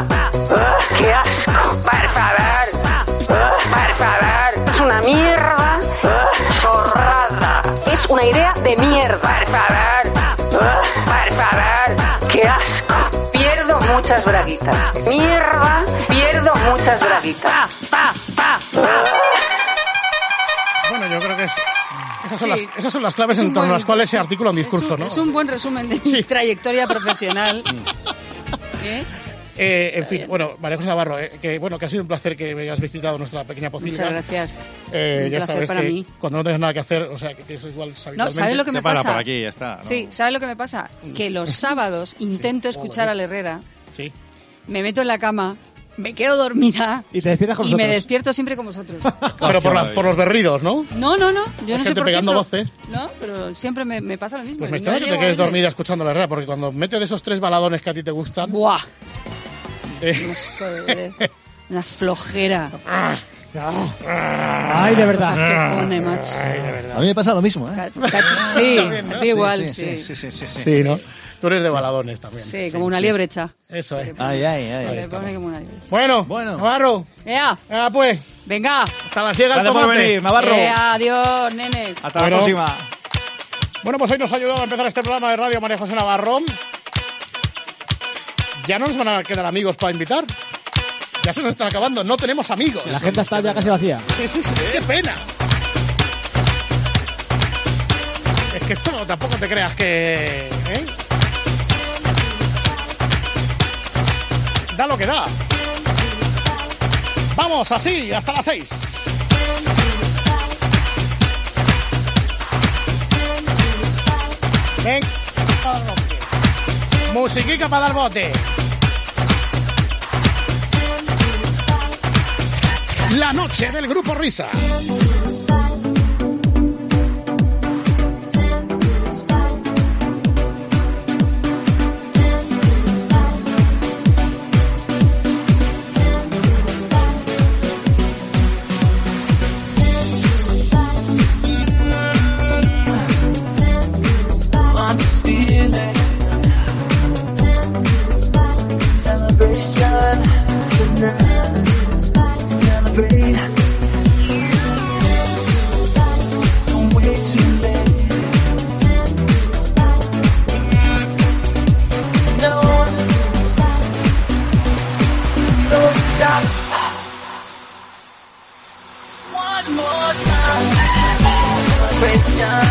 [SPEAKER 10] Ah, ¡Qué asco! Por favor. Ah, Por favor. Es una mierda. Ah, Chorrada. Es una idea de mierda. Por favor. Ah, Por favor. ¡Qué asco! Pierdo muchas braguitas. Mierda. Pierdo muchas braguitas.
[SPEAKER 4] Bueno, yo creo que es... Esas son,
[SPEAKER 2] Sí.
[SPEAKER 4] las, esas son las claves
[SPEAKER 2] Es un
[SPEAKER 4] en torno a
[SPEAKER 2] buen-
[SPEAKER 4] las cuales se articula un discurso, ¿no?
[SPEAKER 2] Es un buen resumen de mi trayectoria profesional. ¿Eh?
[SPEAKER 4] Eh, en fin, bueno, María José Navarro, eh, que, bueno, que ha sido un placer que me hayas visitado nuestra pequeña pocilga.
[SPEAKER 2] Muchas gracias.
[SPEAKER 4] Eh,
[SPEAKER 2] Un
[SPEAKER 4] ya
[SPEAKER 2] placer
[SPEAKER 4] sabes
[SPEAKER 2] para
[SPEAKER 4] que
[SPEAKER 2] mí.
[SPEAKER 4] cuando no tienes nada que hacer, o sea, que tienes igual
[SPEAKER 2] No, ¿sabes lo que me pasa?
[SPEAKER 18] ya está, ¿no?
[SPEAKER 2] Sí, ¿sabes lo que me pasa?
[SPEAKER 4] Mm.
[SPEAKER 2] Que los sábados intento escuchar al Herrera,
[SPEAKER 4] Sí.
[SPEAKER 2] me meto en la cama, me quedo dormida
[SPEAKER 12] Y te despiertas con
[SPEAKER 2] y me
[SPEAKER 12] nosotros.
[SPEAKER 2] despierto siempre con vosotros.
[SPEAKER 4] Pero por, la- por los berridos, ¿no? Pues
[SPEAKER 2] No, no, no.
[SPEAKER 4] Hay
[SPEAKER 2] Yo no sé
[SPEAKER 4] gente
[SPEAKER 2] por qué,
[SPEAKER 4] pegando
[SPEAKER 2] pero-
[SPEAKER 4] voces.
[SPEAKER 2] No, pero siempre me, me pasa lo mismo.
[SPEAKER 4] Pues me
[SPEAKER 2] No
[SPEAKER 4] extraña que te
[SPEAKER 2] llego a
[SPEAKER 4] quedes
[SPEAKER 2] irme.
[SPEAKER 4] dormida escuchando la herrera, porque cuando metes esos tres baladones que a ti te gustan.
[SPEAKER 2] ¡Buah!
[SPEAKER 4] eh, Ah,
[SPEAKER 2] Joder, Una flojera.
[SPEAKER 12] Ay, de verdad.
[SPEAKER 2] Que pone, macho.
[SPEAKER 4] Eh,
[SPEAKER 11] Ah. A mí me pasa lo mismo, ¿eh?
[SPEAKER 2] Ca- ca- Sí,
[SPEAKER 4] También, ¿no?
[SPEAKER 2] da igual.
[SPEAKER 11] Sí,
[SPEAKER 2] Sí,
[SPEAKER 11] sí, sí, sí, sí, sí.
[SPEAKER 4] sí, ¿no? Tú eres de baladones también.
[SPEAKER 2] Sí, como una liebre hecha.
[SPEAKER 4] Eso es. pues
[SPEAKER 11] Ay, ay, ay.
[SPEAKER 2] Se le pone como una liebre.
[SPEAKER 4] Bueno, bueno. Navarro,
[SPEAKER 2] ¡Ea!
[SPEAKER 4] ah, pues,
[SPEAKER 2] ¡Venga!
[SPEAKER 4] hasta la siega el
[SPEAKER 18] Gracias por
[SPEAKER 4] tomate.
[SPEAKER 18] venir, Navarro.
[SPEAKER 2] ¡Ea! Eh, ¡Adiós, nenes!
[SPEAKER 18] Hasta la
[SPEAKER 4] Bueno.
[SPEAKER 18] próxima.
[SPEAKER 4] Bueno, pues hoy nos ha ayudado a empezar este programa de radio María José Navarro. Ya no nos van a quedar amigos para invitar. Ya se nos están acabando, no tenemos amigos.
[SPEAKER 12] La gente está ya casi vacía.
[SPEAKER 4] ¡Qué pena! Es que esto no- tampoco te creas que. ¿eh? Da lo que da. Vamos, así, hasta las seis. Ven, para dar bote. Musiquica para dar bote. La noche del grupo Risa.
[SPEAKER 17] I'm just feeling celebration tonight. Celebrate. Don't wait too late. No, no stop. One more time. Celebration.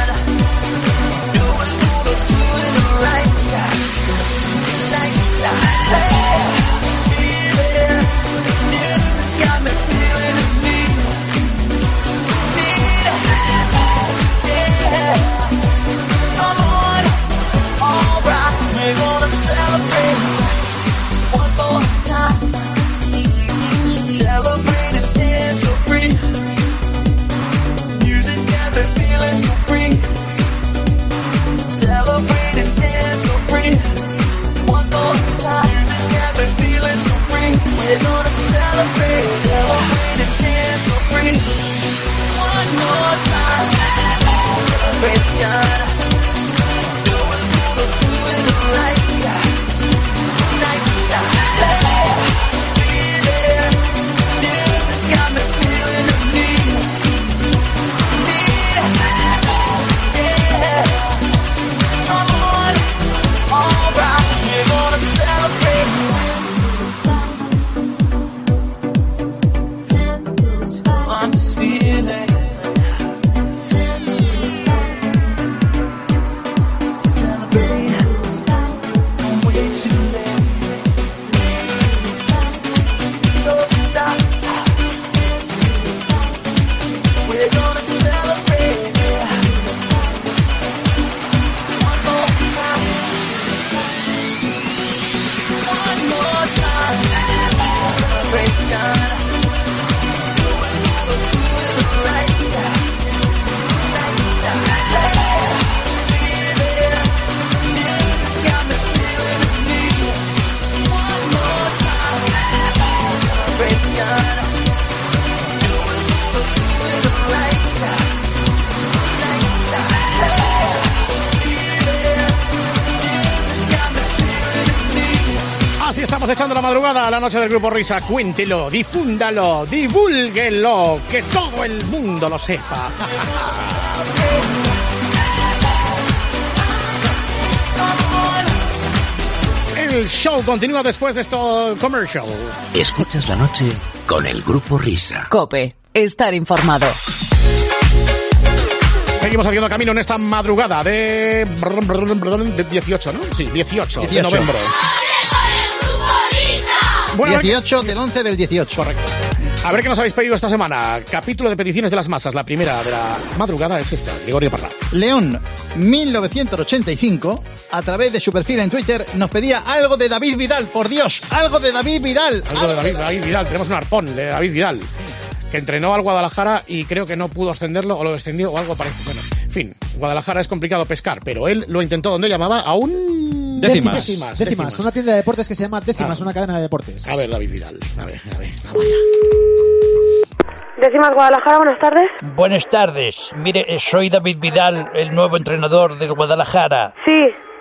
[SPEAKER 17] Celebrate and dance so free. Music's got me feeling so free. Celebrate and dance so free. One more time, just got me feeling so free. We're gonna celebrate, celebrate and dance so free. One more time, celebration. Do it, do it, do it right. Tonight, hey, just be there. Music's got me feeling the need, need, yeah. I'm just feeling We're gonna celebrate one more time. One more time. Celebration. Do it, do it, do it right.
[SPEAKER 4] Así estamos echando la madrugada a la noche del Grupo Risa. Cuéntelo, difúndalo, divulguelo, que todo el mundo lo sepa. El show continúa después de esto commercial.
[SPEAKER 20] Escuchas la noche con el grupo Risa.
[SPEAKER 21] Cope, estar informado.
[SPEAKER 4] Seguimos haciendo camino en esta madrugada de, de 18, ¿no? Sí, 18, de
[SPEAKER 14] 18.
[SPEAKER 4] noviembre. Bueno,
[SPEAKER 14] 18 del 11 del 18.
[SPEAKER 4] Correcto. A ver qué nos habéis pedido esta semana. Capítulo de peticiones de las masas. La primera de la madrugada es esta. Gregorio Parra.
[SPEAKER 14] León, 1985, a través de su perfil en Twitter, nos pedía algo de David Vidal, por Dios, algo de David Vidal.
[SPEAKER 4] Algo de David, David Vidal. Tenemos un arpón de David Vidal. Que entrenó al Guadalajara y creo que no pudo ascenderlo o lo descendió o algo parecido. Bueno, en fin, Guadalajara es complicado pescar, pero él lo intentó donde llamaba a un... Ah.
[SPEAKER 12] Décimas. Décimas, Una tienda de deportes que se llama Décimas, una cadena de deportes.
[SPEAKER 4] A ver, David Vidal. A ver, a ver.
[SPEAKER 22] Décimas Guadalajara, buenas tardes.
[SPEAKER 1] Buenas tardes. Mire, eh, soy David Vidal, el nuevo entrenador del Guadalajara. Eh,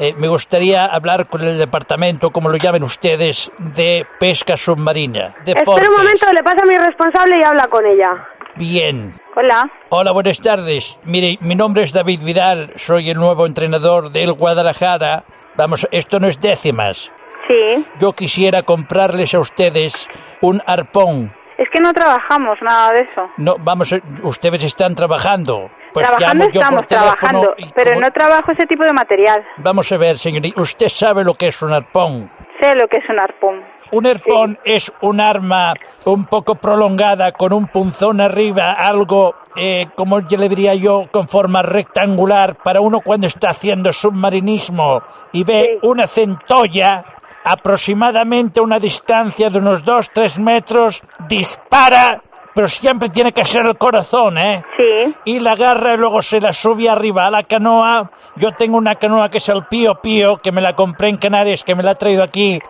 [SPEAKER 22] Sí.
[SPEAKER 1] me gustaría hablar con el departamento, como lo llamen ustedes, de pesca submarina.
[SPEAKER 22] Espera
[SPEAKER 1] Deportes.
[SPEAKER 22] un momento, le pasa a mi responsable y habla con ella.
[SPEAKER 1] Bien.
[SPEAKER 22] Hola.
[SPEAKER 1] Hola, buenas tardes. Mire, mi nombre es David Vidal, soy el nuevo entrenador del Guadalajara. Vamos, esto no es décimas.
[SPEAKER 22] Sí.
[SPEAKER 1] Yo quisiera comprarles a ustedes un arpón.
[SPEAKER 22] Es que no trabajamos nada de eso.
[SPEAKER 1] No, vamos, eh, ustedes están trabajando. Pues
[SPEAKER 22] trabajando
[SPEAKER 1] llamo yo
[SPEAKER 22] estamos,
[SPEAKER 1] por teléfono
[SPEAKER 22] trabajando,
[SPEAKER 1] y
[SPEAKER 22] pero
[SPEAKER 1] como-
[SPEAKER 22] no trabajo ese tipo de material.
[SPEAKER 1] Vamos a ver, señorita, usted sabe lo que es un arpón.
[SPEAKER 22] Sé lo que es un arpón.
[SPEAKER 1] Un arpón es un arma un poco prolongada con un punzón arriba, algo, eh, como yo le diría yo, con forma rectangular para uno cuando está haciendo submarinismo y ve una centolla aproximadamente a una distancia de unos 2-3 metros, dispara, pero siempre tiene que ser el corazón, ¿eh?
[SPEAKER 22] Sí.
[SPEAKER 1] Y la agarra y luego se la sube arriba a la canoa. Yo tengo una canoa que es el Pío Pío, que me la compré en Canarias, que me la ha traído aquí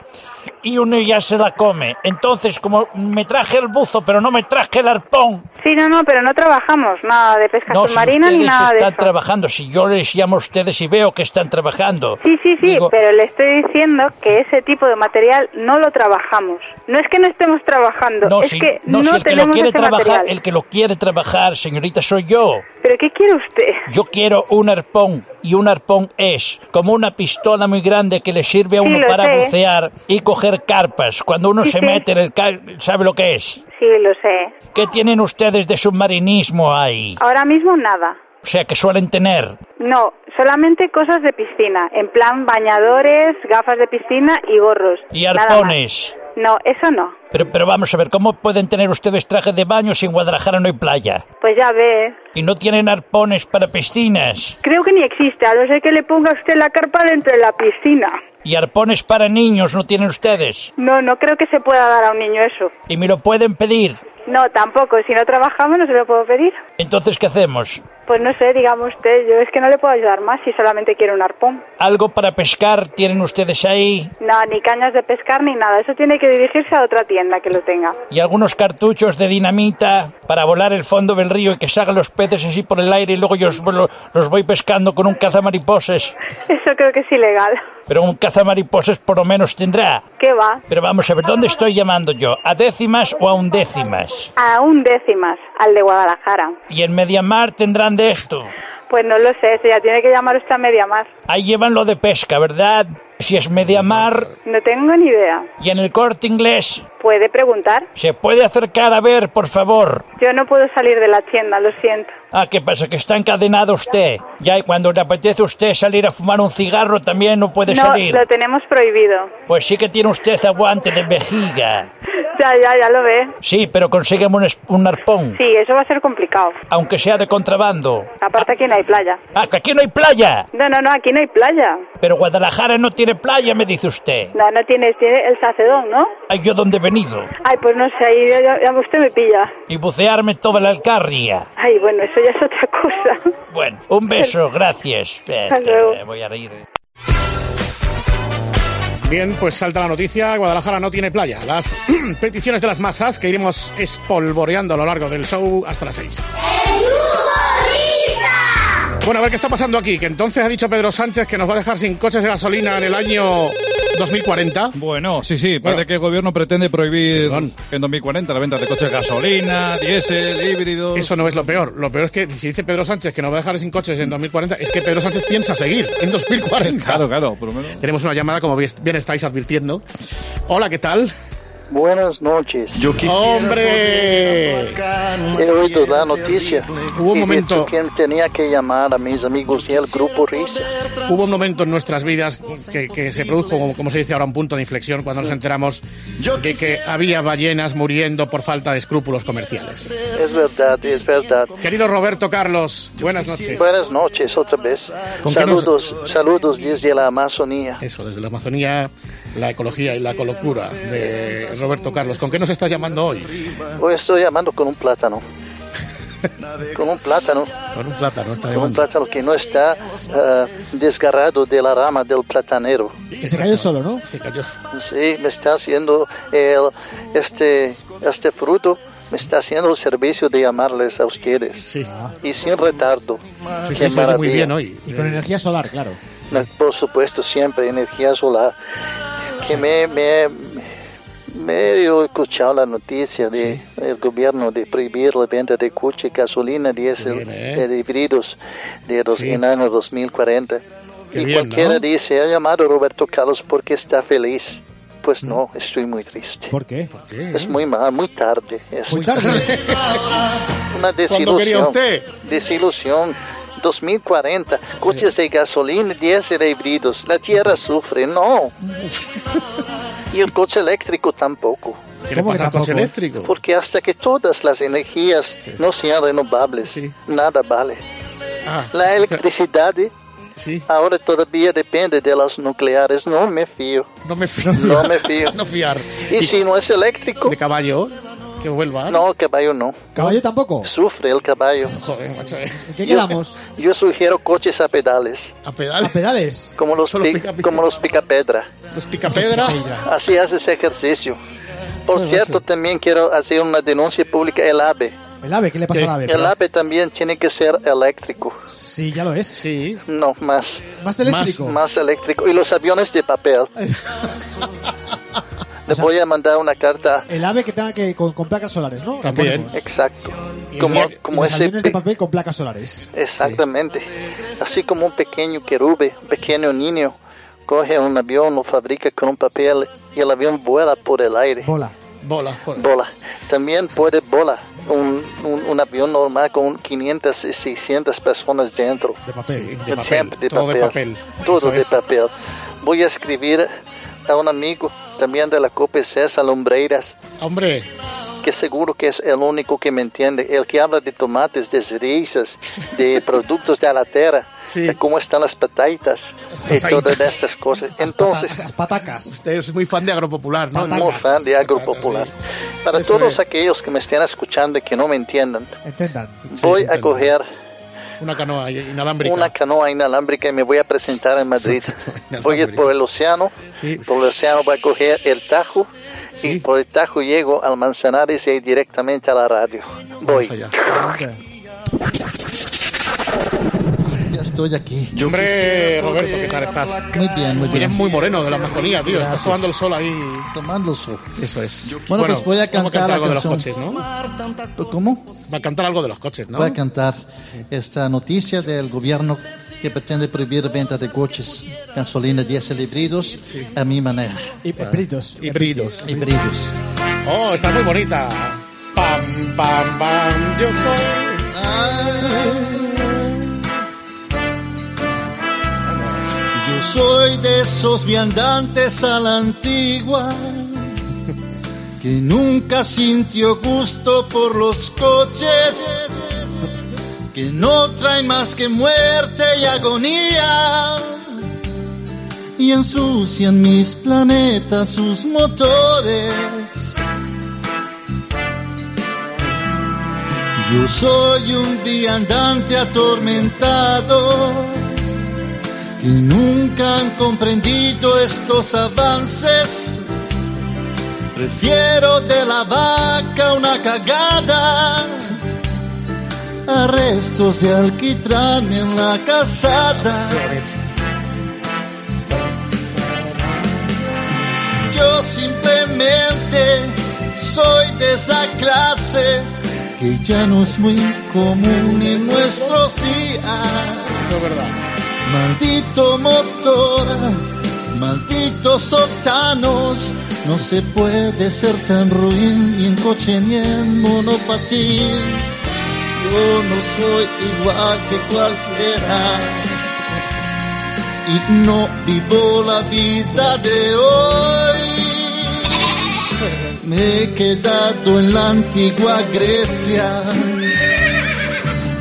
[SPEAKER 1] y uno ya se la come. Entonces, como me traje el buzo, pero no me traje el arpón,
[SPEAKER 22] Sí, no, no, pero no trabajamos nada de pesca
[SPEAKER 1] no, si
[SPEAKER 22] submarina ni
[SPEAKER 1] ustedes
[SPEAKER 22] nada de
[SPEAKER 1] están
[SPEAKER 22] eso.
[SPEAKER 1] trabajando, si yo les llamo a ustedes y veo que están trabajando.
[SPEAKER 22] Sí, sí, sí, pero le estoy diciendo que ese tipo de material no lo trabajamos. No es que no estemos trabajando,
[SPEAKER 1] No,
[SPEAKER 22] es
[SPEAKER 1] si,
[SPEAKER 22] que
[SPEAKER 1] no,
[SPEAKER 22] no,
[SPEAKER 1] si el que lo
[SPEAKER 22] tenemos
[SPEAKER 1] quiere
[SPEAKER 22] ese
[SPEAKER 1] trabajar,
[SPEAKER 22] material.
[SPEAKER 1] el que lo quiere trabajar, señorita, soy yo.
[SPEAKER 22] ¿Pero qué quiere usted?
[SPEAKER 1] Yo quiero un arpón y un arpón es como una pistola muy grande que le sirve a
[SPEAKER 22] Sí,
[SPEAKER 1] uno
[SPEAKER 22] lo
[SPEAKER 1] para
[SPEAKER 22] sé.
[SPEAKER 1] bucear y coger carpas. Cuando uno
[SPEAKER 22] Sí,
[SPEAKER 1] se
[SPEAKER 22] sí.
[SPEAKER 1] mete en el car- ¿sabe lo que es?
[SPEAKER 22] Sí, lo sé.
[SPEAKER 1] ¿Qué tienen ustedes de submarinismo ahí?
[SPEAKER 22] Ahora mismo nada.
[SPEAKER 1] O sea, que suelen tener.
[SPEAKER 22] No, solamente cosas de piscina, en plan bañadores, gafas de piscina y gorros.
[SPEAKER 1] Y
[SPEAKER 22] nada más.
[SPEAKER 1] arpones.
[SPEAKER 22] No, eso no.
[SPEAKER 1] Pero, pero vamos a ver, ¿cómo pueden tener ustedes trajes de baño si en Guadalajara no hay playa?
[SPEAKER 22] Pues ya ve.
[SPEAKER 1] Y no tienen arpones para piscinas.
[SPEAKER 22] Creo que ni existe, a no ser que le ponga usted la carpa dentro de la piscina.
[SPEAKER 1] Y arpones para niños no tienen ustedes.
[SPEAKER 22] No, no creo que se pueda dar a un niño eso.
[SPEAKER 1] Y me lo pueden pedir.
[SPEAKER 22] No, tampoco. Si no trabajamos, no se lo puedo pedir.
[SPEAKER 1] Entonces, ¿qué hacemos?
[SPEAKER 22] Pues no sé, digamos usted, yo es que no le puedo ayudar más si solamente quiere un arpón.
[SPEAKER 1] ¿Algo para pescar tienen ustedes ahí?
[SPEAKER 22] No, ni cañas de pescar ni nada. Eso tiene que dirigirse a otra tienda que lo tenga.
[SPEAKER 1] Y algunos cartuchos de dinamita para volar el fondo del río y que salgan los peces así por el aire y luego yo os- lo- los voy pescando con un cazamariposas.
[SPEAKER 22] Eso creo que es ilegal.
[SPEAKER 1] Pero un cazamariposas por lo menos tendrá.
[SPEAKER 22] ¿Qué va?
[SPEAKER 1] Pero vamos a ver, ¿dónde estoy llamando yo? ¿A décimas o a undécimas?
[SPEAKER 22] A un décimas, al de Guadalajara.
[SPEAKER 1] Y en Mediamar tendrán de esto.
[SPEAKER 22] Pues no lo sé, eso ya tiene que llamar usted a media más.
[SPEAKER 1] Ahí llevan lo de pesca, ¿verdad? Si es Mediamar.
[SPEAKER 22] No tengo ni idea.
[SPEAKER 1] Y en el corte inglés.
[SPEAKER 22] ¿Puede preguntar?
[SPEAKER 1] ¿Se puede acercar a ver, por favor?
[SPEAKER 22] Yo no puedo salir de la tienda, lo siento.
[SPEAKER 1] Ah, ¿qué pasa? Que está encadenado usted. Ya, y cuando le apetece a usted salir a fumar un cigarro también no puede
[SPEAKER 22] no,
[SPEAKER 1] salir.
[SPEAKER 22] lo tenemos prohibido.
[SPEAKER 1] Pues sí que tiene usted aguante de vejiga.
[SPEAKER 22] Ya, ya, ya lo ve.
[SPEAKER 1] Sí, pero consígueme un, es- un arpón,
[SPEAKER 22] Sí, eso va a ser complicado.
[SPEAKER 1] aunque sea de contrabando.
[SPEAKER 22] Aparte aquí no hay playa.
[SPEAKER 1] Ah, que aquí no hay playa.
[SPEAKER 22] No, no, no, aquí no hay playa.
[SPEAKER 1] Pero Guadalajara no tiene playa, me dice usted.
[SPEAKER 22] No, no tiene, tiene el sacedón, ¿no?
[SPEAKER 1] Ay, yo dónde he venido.
[SPEAKER 22] Ay, pues no sé, ahí ya, ya usted me pilla.
[SPEAKER 1] Y bucearme toda la alcarria.
[SPEAKER 22] Ay, bueno, eso ya es otra cosa.
[SPEAKER 1] Bueno, un beso, gracias. Eh,
[SPEAKER 22] Hasta
[SPEAKER 1] que
[SPEAKER 22] luego.
[SPEAKER 1] me voy a reír.
[SPEAKER 4] Bien, pues salta la noticia, Guadalajara no tiene playa. Las peticiones de las masas que iremos espolvoreando a lo largo del show hasta las 6. Bueno, a ver qué está pasando aquí, que entonces ha dicho Pedro Sánchez que nos va a dejar sin coches de gasolina en el año 2040.
[SPEAKER 18] Bueno, sí, sí, parece
[SPEAKER 4] Bueno.
[SPEAKER 18] que el gobierno pretende prohibir en 2040 la venta de coches de gasolina, diésel, híbridos.
[SPEAKER 4] Eso no es lo peor. Lo peor es que si dice Pedro Sánchez que nos va a dejar sin coches en 2040, es que Pedro Sánchez piensa seguir en 2040. Claro,
[SPEAKER 18] claro, por lo menos.
[SPEAKER 4] Tenemos una llamada, como bien bien estáis advirtiendo. Hola, ¿qué tal?
[SPEAKER 8] Buenas noches. Yo
[SPEAKER 4] ¡Hombre!
[SPEAKER 8] He oído la noticia.
[SPEAKER 4] Hubo un
[SPEAKER 8] He
[SPEAKER 4] momento-
[SPEAKER 8] dicho que tenía que llamar a mis amigos del grupo Risa.
[SPEAKER 4] Hubo un momento en nuestras vidas que, que se produjo, como, como se dice ahora, un punto de inflexión cuando nos enteramos de que había ballenas muriendo por falta de escrúpulos comerciales.
[SPEAKER 8] Es verdad, es verdad.
[SPEAKER 4] Querido Roberto Carlos, buenas noches.
[SPEAKER 8] Buenas noches otra vez.
[SPEAKER 4] ¿Con qué nos-
[SPEAKER 8] Saludos, saludos desde la Amazonía.
[SPEAKER 4] Eso, desde la Amazonía, la ecología y la colocura de Roberto Carlos. ¿Con qué nos estás llamando hoy?
[SPEAKER 8] Hoy estoy llamando con un plátano. con un plátano.
[SPEAKER 4] Con un plátano, está
[SPEAKER 8] Con un
[SPEAKER 4] llamando.
[SPEAKER 8] plátano que no está ah, desgarrado de la rama del platanero.
[SPEAKER 12] Que se cayó solo, ¿no?
[SPEAKER 4] Se cayó.
[SPEAKER 8] Sí, me está haciendo el, este, este fruto, me está haciendo el servicio de amarles a ustedes. Y sin retardo.
[SPEAKER 12] Sí, sí,
[SPEAKER 8] Qué
[SPEAKER 12] se oye muy
[SPEAKER 8] maravilla.
[SPEAKER 12] bien hoy. Ah. Y con
[SPEAKER 4] Eh,
[SPEAKER 12] energía solar, claro.
[SPEAKER 8] No, Por supuesto, siempre energía solar. Que me, me, me he escuchado la noticia del gobierno de prohibir la venta de coche, gasolina, diésel, eh, de híbridos de los,
[SPEAKER 23] Sí.
[SPEAKER 8] en el año 2040.
[SPEAKER 23] Qué
[SPEAKER 8] y
[SPEAKER 23] bien,
[SPEAKER 8] cualquiera
[SPEAKER 23] ¿no?
[SPEAKER 8] dice, ha llamado a Roberto Carlos porque está feliz. Pues
[SPEAKER 23] Mm.
[SPEAKER 8] no, estoy muy triste.
[SPEAKER 12] ¿Por qué?
[SPEAKER 8] Es muy mal, muy tarde. Es
[SPEAKER 12] Muy tarde. ¿Cuándo
[SPEAKER 8] Una desilusión.
[SPEAKER 12] quería usted?
[SPEAKER 8] Desilusión. 2040, coches de gasolina, diésel e híbridos. La tierra sufre, no. Y el coche eléctrico tampoco.
[SPEAKER 4] ¿Qué le ¿Cómo pasa que al coche tampoco? eléctrico?
[SPEAKER 8] Porque hasta que todas las energías no sean renovables, nada vale. La electricidad ¿eh? ahora todavía depende de las nucleares. No me fío.
[SPEAKER 4] No me fío.
[SPEAKER 8] No me fío.
[SPEAKER 4] No fiar.
[SPEAKER 8] Y si no es eléctrico.
[SPEAKER 4] ¿De caballo? Que vuelva.
[SPEAKER 8] No, caballo no.
[SPEAKER 12] ¿Caballo tampoco?
[SPEAKER 8] Sufre el caballo.
[SPEAKER 4] Joder, macho. eh.
[SPEAKER 12] ¿Qué quedamos?
[SPEAKER 8] Yo, sugiero coches a pedales.
[SPEAKER 4] ¿A pedales?
[SPEAKER 12] ¿A pedales?
[SPEAKER 8] Como los, pi- como los picapedra.
[SPEAKER 4] ¿Los picapedra?
[SPEAKER 12] Pues
[SPEAKER 8] Así haces ejercicio. Por
[SPEAKER 12] Joder,
[SPEAKER 8] cierto, también quiero hacer una denuncia pública. El AVE.
[SPEAKER 12] ¿El ave? ¿Qué le pasa al ave?
[SPEAKER 8] El AVE también tiene que ser eléctrico.
[SPEAKER 12] Sí, ya lo es.
[SPEAKER 4] Sí.
[SPEAKER 8] No, más.
[SPEAKER 12] ¿Más eléctrico?
[SPEAKER 8] Más, más eléctrico. Y los aviones de papel. Le voy a mandar una carta.
[SPEAKER 12] El ave que tenga que con, con placas solares, ¿no? Ponemos.
[SPEAKER 8] Exacto.
[SPEAKER 12] Y
[SPEAKER 8] Eh, Como,
[SPEAKER 12] los- y
[SPEAKER 8] como
[SPEAKER 12] los
[SPEAKER 8] ese
[SPEAKER 12] aviones de papel con placas solares.
[SPEAKER 8] Exactamente. Así como un pequeño querube, un pequeño niño, coge un avión, lo fabrica con un papel y el avión vuela por el aire.
[SPEAKER 12] Bola.
[SPEAKER 4] Bola. joder.
[SPEAKER 8] Bola. También puede volar un, un, un avión normal con 500 y 600 personas dentro.
[SPEAKER 12] De papel.
[SPEAKER 4] de papel. Todo de papel. Eso
[SPEAKER 8] Todo de
[SPEAKER 4] es.
[SPEAKER 8] papel. Voy a escribir a un amigo también de la COPE, César Lombreiras,
[SPEAKER 4] Hombre,
[SPEAKER 8] que seguro que es el único que me entiende, el que habla de tomates, de cerezas, de productos de la tierra, de cómo están las pataitas y
[SPEAKER 4] pataitas.
[SPEAKER 8] todas estas cosas. Entonces,
[SPEAKER 12] patacas.
[SPEAKER 4] Usted es muy fan de agropopular, ¿no?
[SPEAKER 8] muy fan de agropopular. Para
[SPEAKER 4] Eso
[SPEAKER 8] todos
[SPEAKER 4] es.
[SPEAKER 8] aquellos que me estén escuchando y que no me entiendan,
[SPEAKER 12] Entendan.
[SPEAKER 8] voy a coger
[SPEAKER 4] Una canoa inalámbrica.
[SPEAKER 8] una canoa inalámbrica y me voy a presentar en Madrid. Voy a ir por el océano, por el océano voy a coger el Tajo y por el Tajo llego al Manzanares y ahí directamente a la radio. Voy.
[SPEAKER 11] Ya estoy aquí.
[SPEAKER 4] Hombre, Roberto, ¿qué tal estás?
[SPEAKER 11] Muy bien, muy bien.
[SPEAKER 4] Eres muy moreno de la Amazonía, tío.
[SPEAKER 11] Gracias.
[SPEAKER 4] Estás tomando el sol ahí.
[SPEAKER 11] Tomando el sol.
[SPEAKER 4] Eso es.
[SPEAKER 11] Bueno, pues voy a
[SPEAKER 4] vamos
[SPEAKER 11] cantar la
[SPEAKER 4] algo de los
[SPEAKER 11] canción.
[SPEAKER 4] coches, ¿no?
[SPEAKER 11] ¿Cómo?
[SPEAKER 4] Va a cantar algo de los coches, ¿no?
[SPEAKER 11] Voy a cantar esta noticia del gobierno que pretende prohibir venta de coches, gasolina, diésel híbridos a mi manera.
[SPEAKER 12] Híbridos.
[SPEAKER 4] Híbridos.
[SPEAKER 11] Híbridos.
[SPEAKER 4] Oh, está muy bonita. Pam, pam, pam. Yo soy.
[SPEAKER 11] Ah,
[SPEAKER 14] Yo soy de esos viandantes a la antigua que nunca sintió gusto por los coches, que no trae más que muerte y agonía y ensucian mis planetas sus motores. Yo soy un viandante atormentado que nunca han comprendido estos avances. Prefiero de la vaca una cagada a restos de alquitrán en la casada. Yo simplemente soy de esa clase que ya no es muy común en nuestros días.
[SPEAKER 4] No, verdad.
[SPEAKER 14] Maldito motor, malditos sotanos, no se puede ser tan ruin ni en coche ni en monopatín. Yo no soy igual que cualquiera y no vivo la vida de hoy. Me he quedado en la antigua Grecia.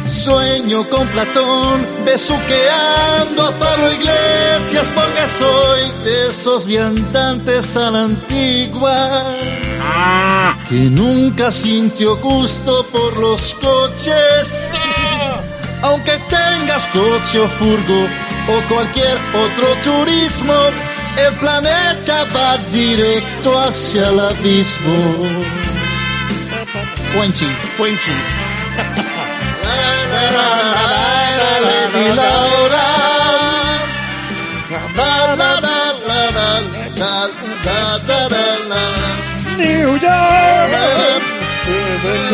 [SPEAKER 14] Sueño con Platón, besuqueando a Pablo Iglesias, porque soy de esos viandantes a la antigua. Que nunca sintió gusto por los coches. Aunque tengas coche o furgo o cualquier otro turismo, el planeta va directo hacia el abismo. Puenchi.
[SPEAKER 4] Puenchi.
[SPEAKER 14] Lady Laura. La, la, la, la, la, la, la, la, la, la.
[SPEAKER 17] New
[SPEAKER 14] La,
[SPEAKER 17] York.
[SPEAKER 14] la,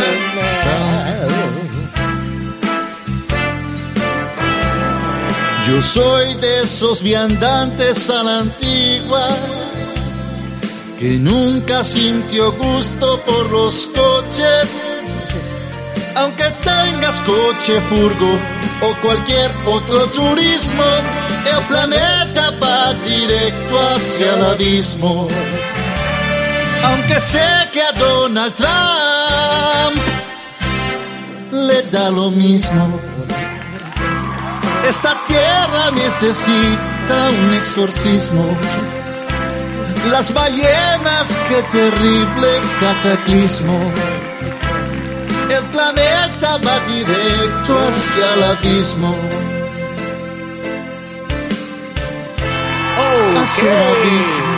[SPEAKER 14] Yo soy de esos viandantes a la antigua que nunca sintió gusto por los coches. Aunque tengas coche, furgo o cualquier otro turismo, el planeta va directo hacia el abismo. Aunque sé que a Donald Trump le da lo mismo. Esta tierra necesita un exorcismo. Las ballenas, qué terrible cataclismo. El planeta va directo hacia el abismo. Hacia el abismo.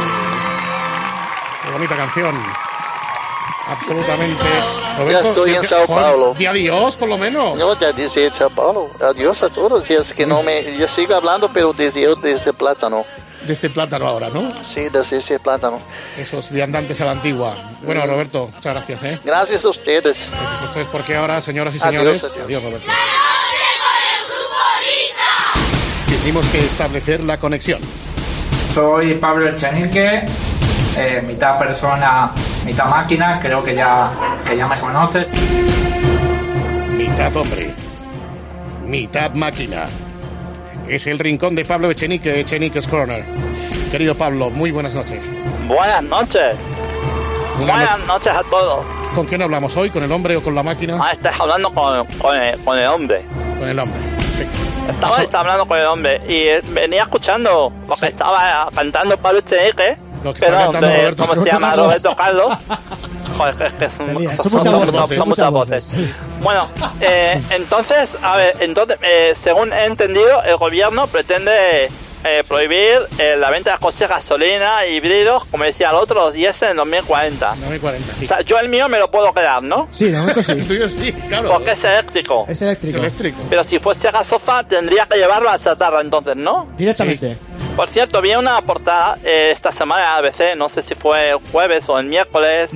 [SPEAKER 4] Qué bonita canción. Absolutamente.
[SPEAKER 8] Ya estoy en
[SPEAKER 4] di-
[SPEAKER 8] Sao
[SPEAKER 4] joder,
[SPEAKER 8] Paulo.
[SPEAKER 4] Di adiós, por lo menos.
[SPEAKER 8] No, ya dice Sao Paulo. Adiós a todos. Y es que no me. Yo sigo hablando, pero desde, yo desde Plátano.
[SPEAKER 4] Desde este Plátano ahora, ¿no?
[SPEAKER 8] Sí, desde ese Plátano.
[SPEAKER 4] Esos viandantes a la antigua. Bueno, Roberto, muchas gracias, ¿eh?
[SPEAKER 8] Gracias a ustedes.
[SPEAKER 4] Gracias a ustedes, porque ahora, señoras y
[SPEAKER 8] Adiós,
[SPEAKER 4] señores.
[SPEAKER 8] adiós.
[SPEAKER 4] Roberto. Tenemos que establecer la conexión.
[SPEAKER 3] Soy Pablo Echenique, eh, mitad persona, mitad máquina, creo que ya, que ya me conoces.
[SPEAKER 4] Mitad hombre, mitad máquina. Es el rincón de Pablo Echenique, Echenique's Corner. Querido Pablo, muy buenas noches.
[SPEAKER 23] Buenas noches. Buenas noches a todos.
[SPEAKER 4] ¿Con quién hablamos hoy? ¿Con el hombre o con la máquina?
[SPEAKER 23] Ah, estás hablando con, con el, con el hombre.
[SPEAKER 4] Con el hombre.
[SPEAKER 23] Estaba estaba hablando con el hombre y eh, venía escuchando porque estaba cantando Pablo Echenique.
[SPEAKER 4] Lo que
[SPEAKER 23] pero,
[SPEAKER 4] estaba cantando
[SPEAKER 23] hombre,
[SPEAKER 4] Roberto-
[SPEAKER 23] ¿Cómo se
[SPEAKER 4] Roberto
[SPEAKER 23] llama?
[SPEAKER 4] Carlos.
[SPEAKER 23] Roberto Carlos. Joder, es que son,
[SPEAKER 4] Tenía, son muchas
[SPEAKER 23] son muchas
[SPEAKER 4] voces,
[SPEAKER 23] voces,
[SPEAKER 4] son
[SPEAKER 23] son muchas voces. Bueno, eh, entonces, a ver, entonces, eh, según he entendido, el gobierno pretende eh, prohibir eh, la venta de coches gasolina y híbridos, como decía el otro, los 10 en 2040.
[SPEAKER 4] 2040, sí.
[SPEAKER 23] O sea, yo el mío me lo puedo quedar, ¿no?
[SPEAKER 12] Sí, de momento sí.
[SPEAKER 4] claro.
[SPEAKER 23] Porque es eléctrico.
[SPEAKER 12] Es eléctrico.
[SPEAKER 23] Pero si fuese gasofa, tendría que llevarlo a chatarra entonces, ¿no?
[SPEAKER 12] Directamente.
[SPEAKER 23] Por cierto, vi una portada eh, esta semana de ABC, no sé si fue el jueves o el miércoles,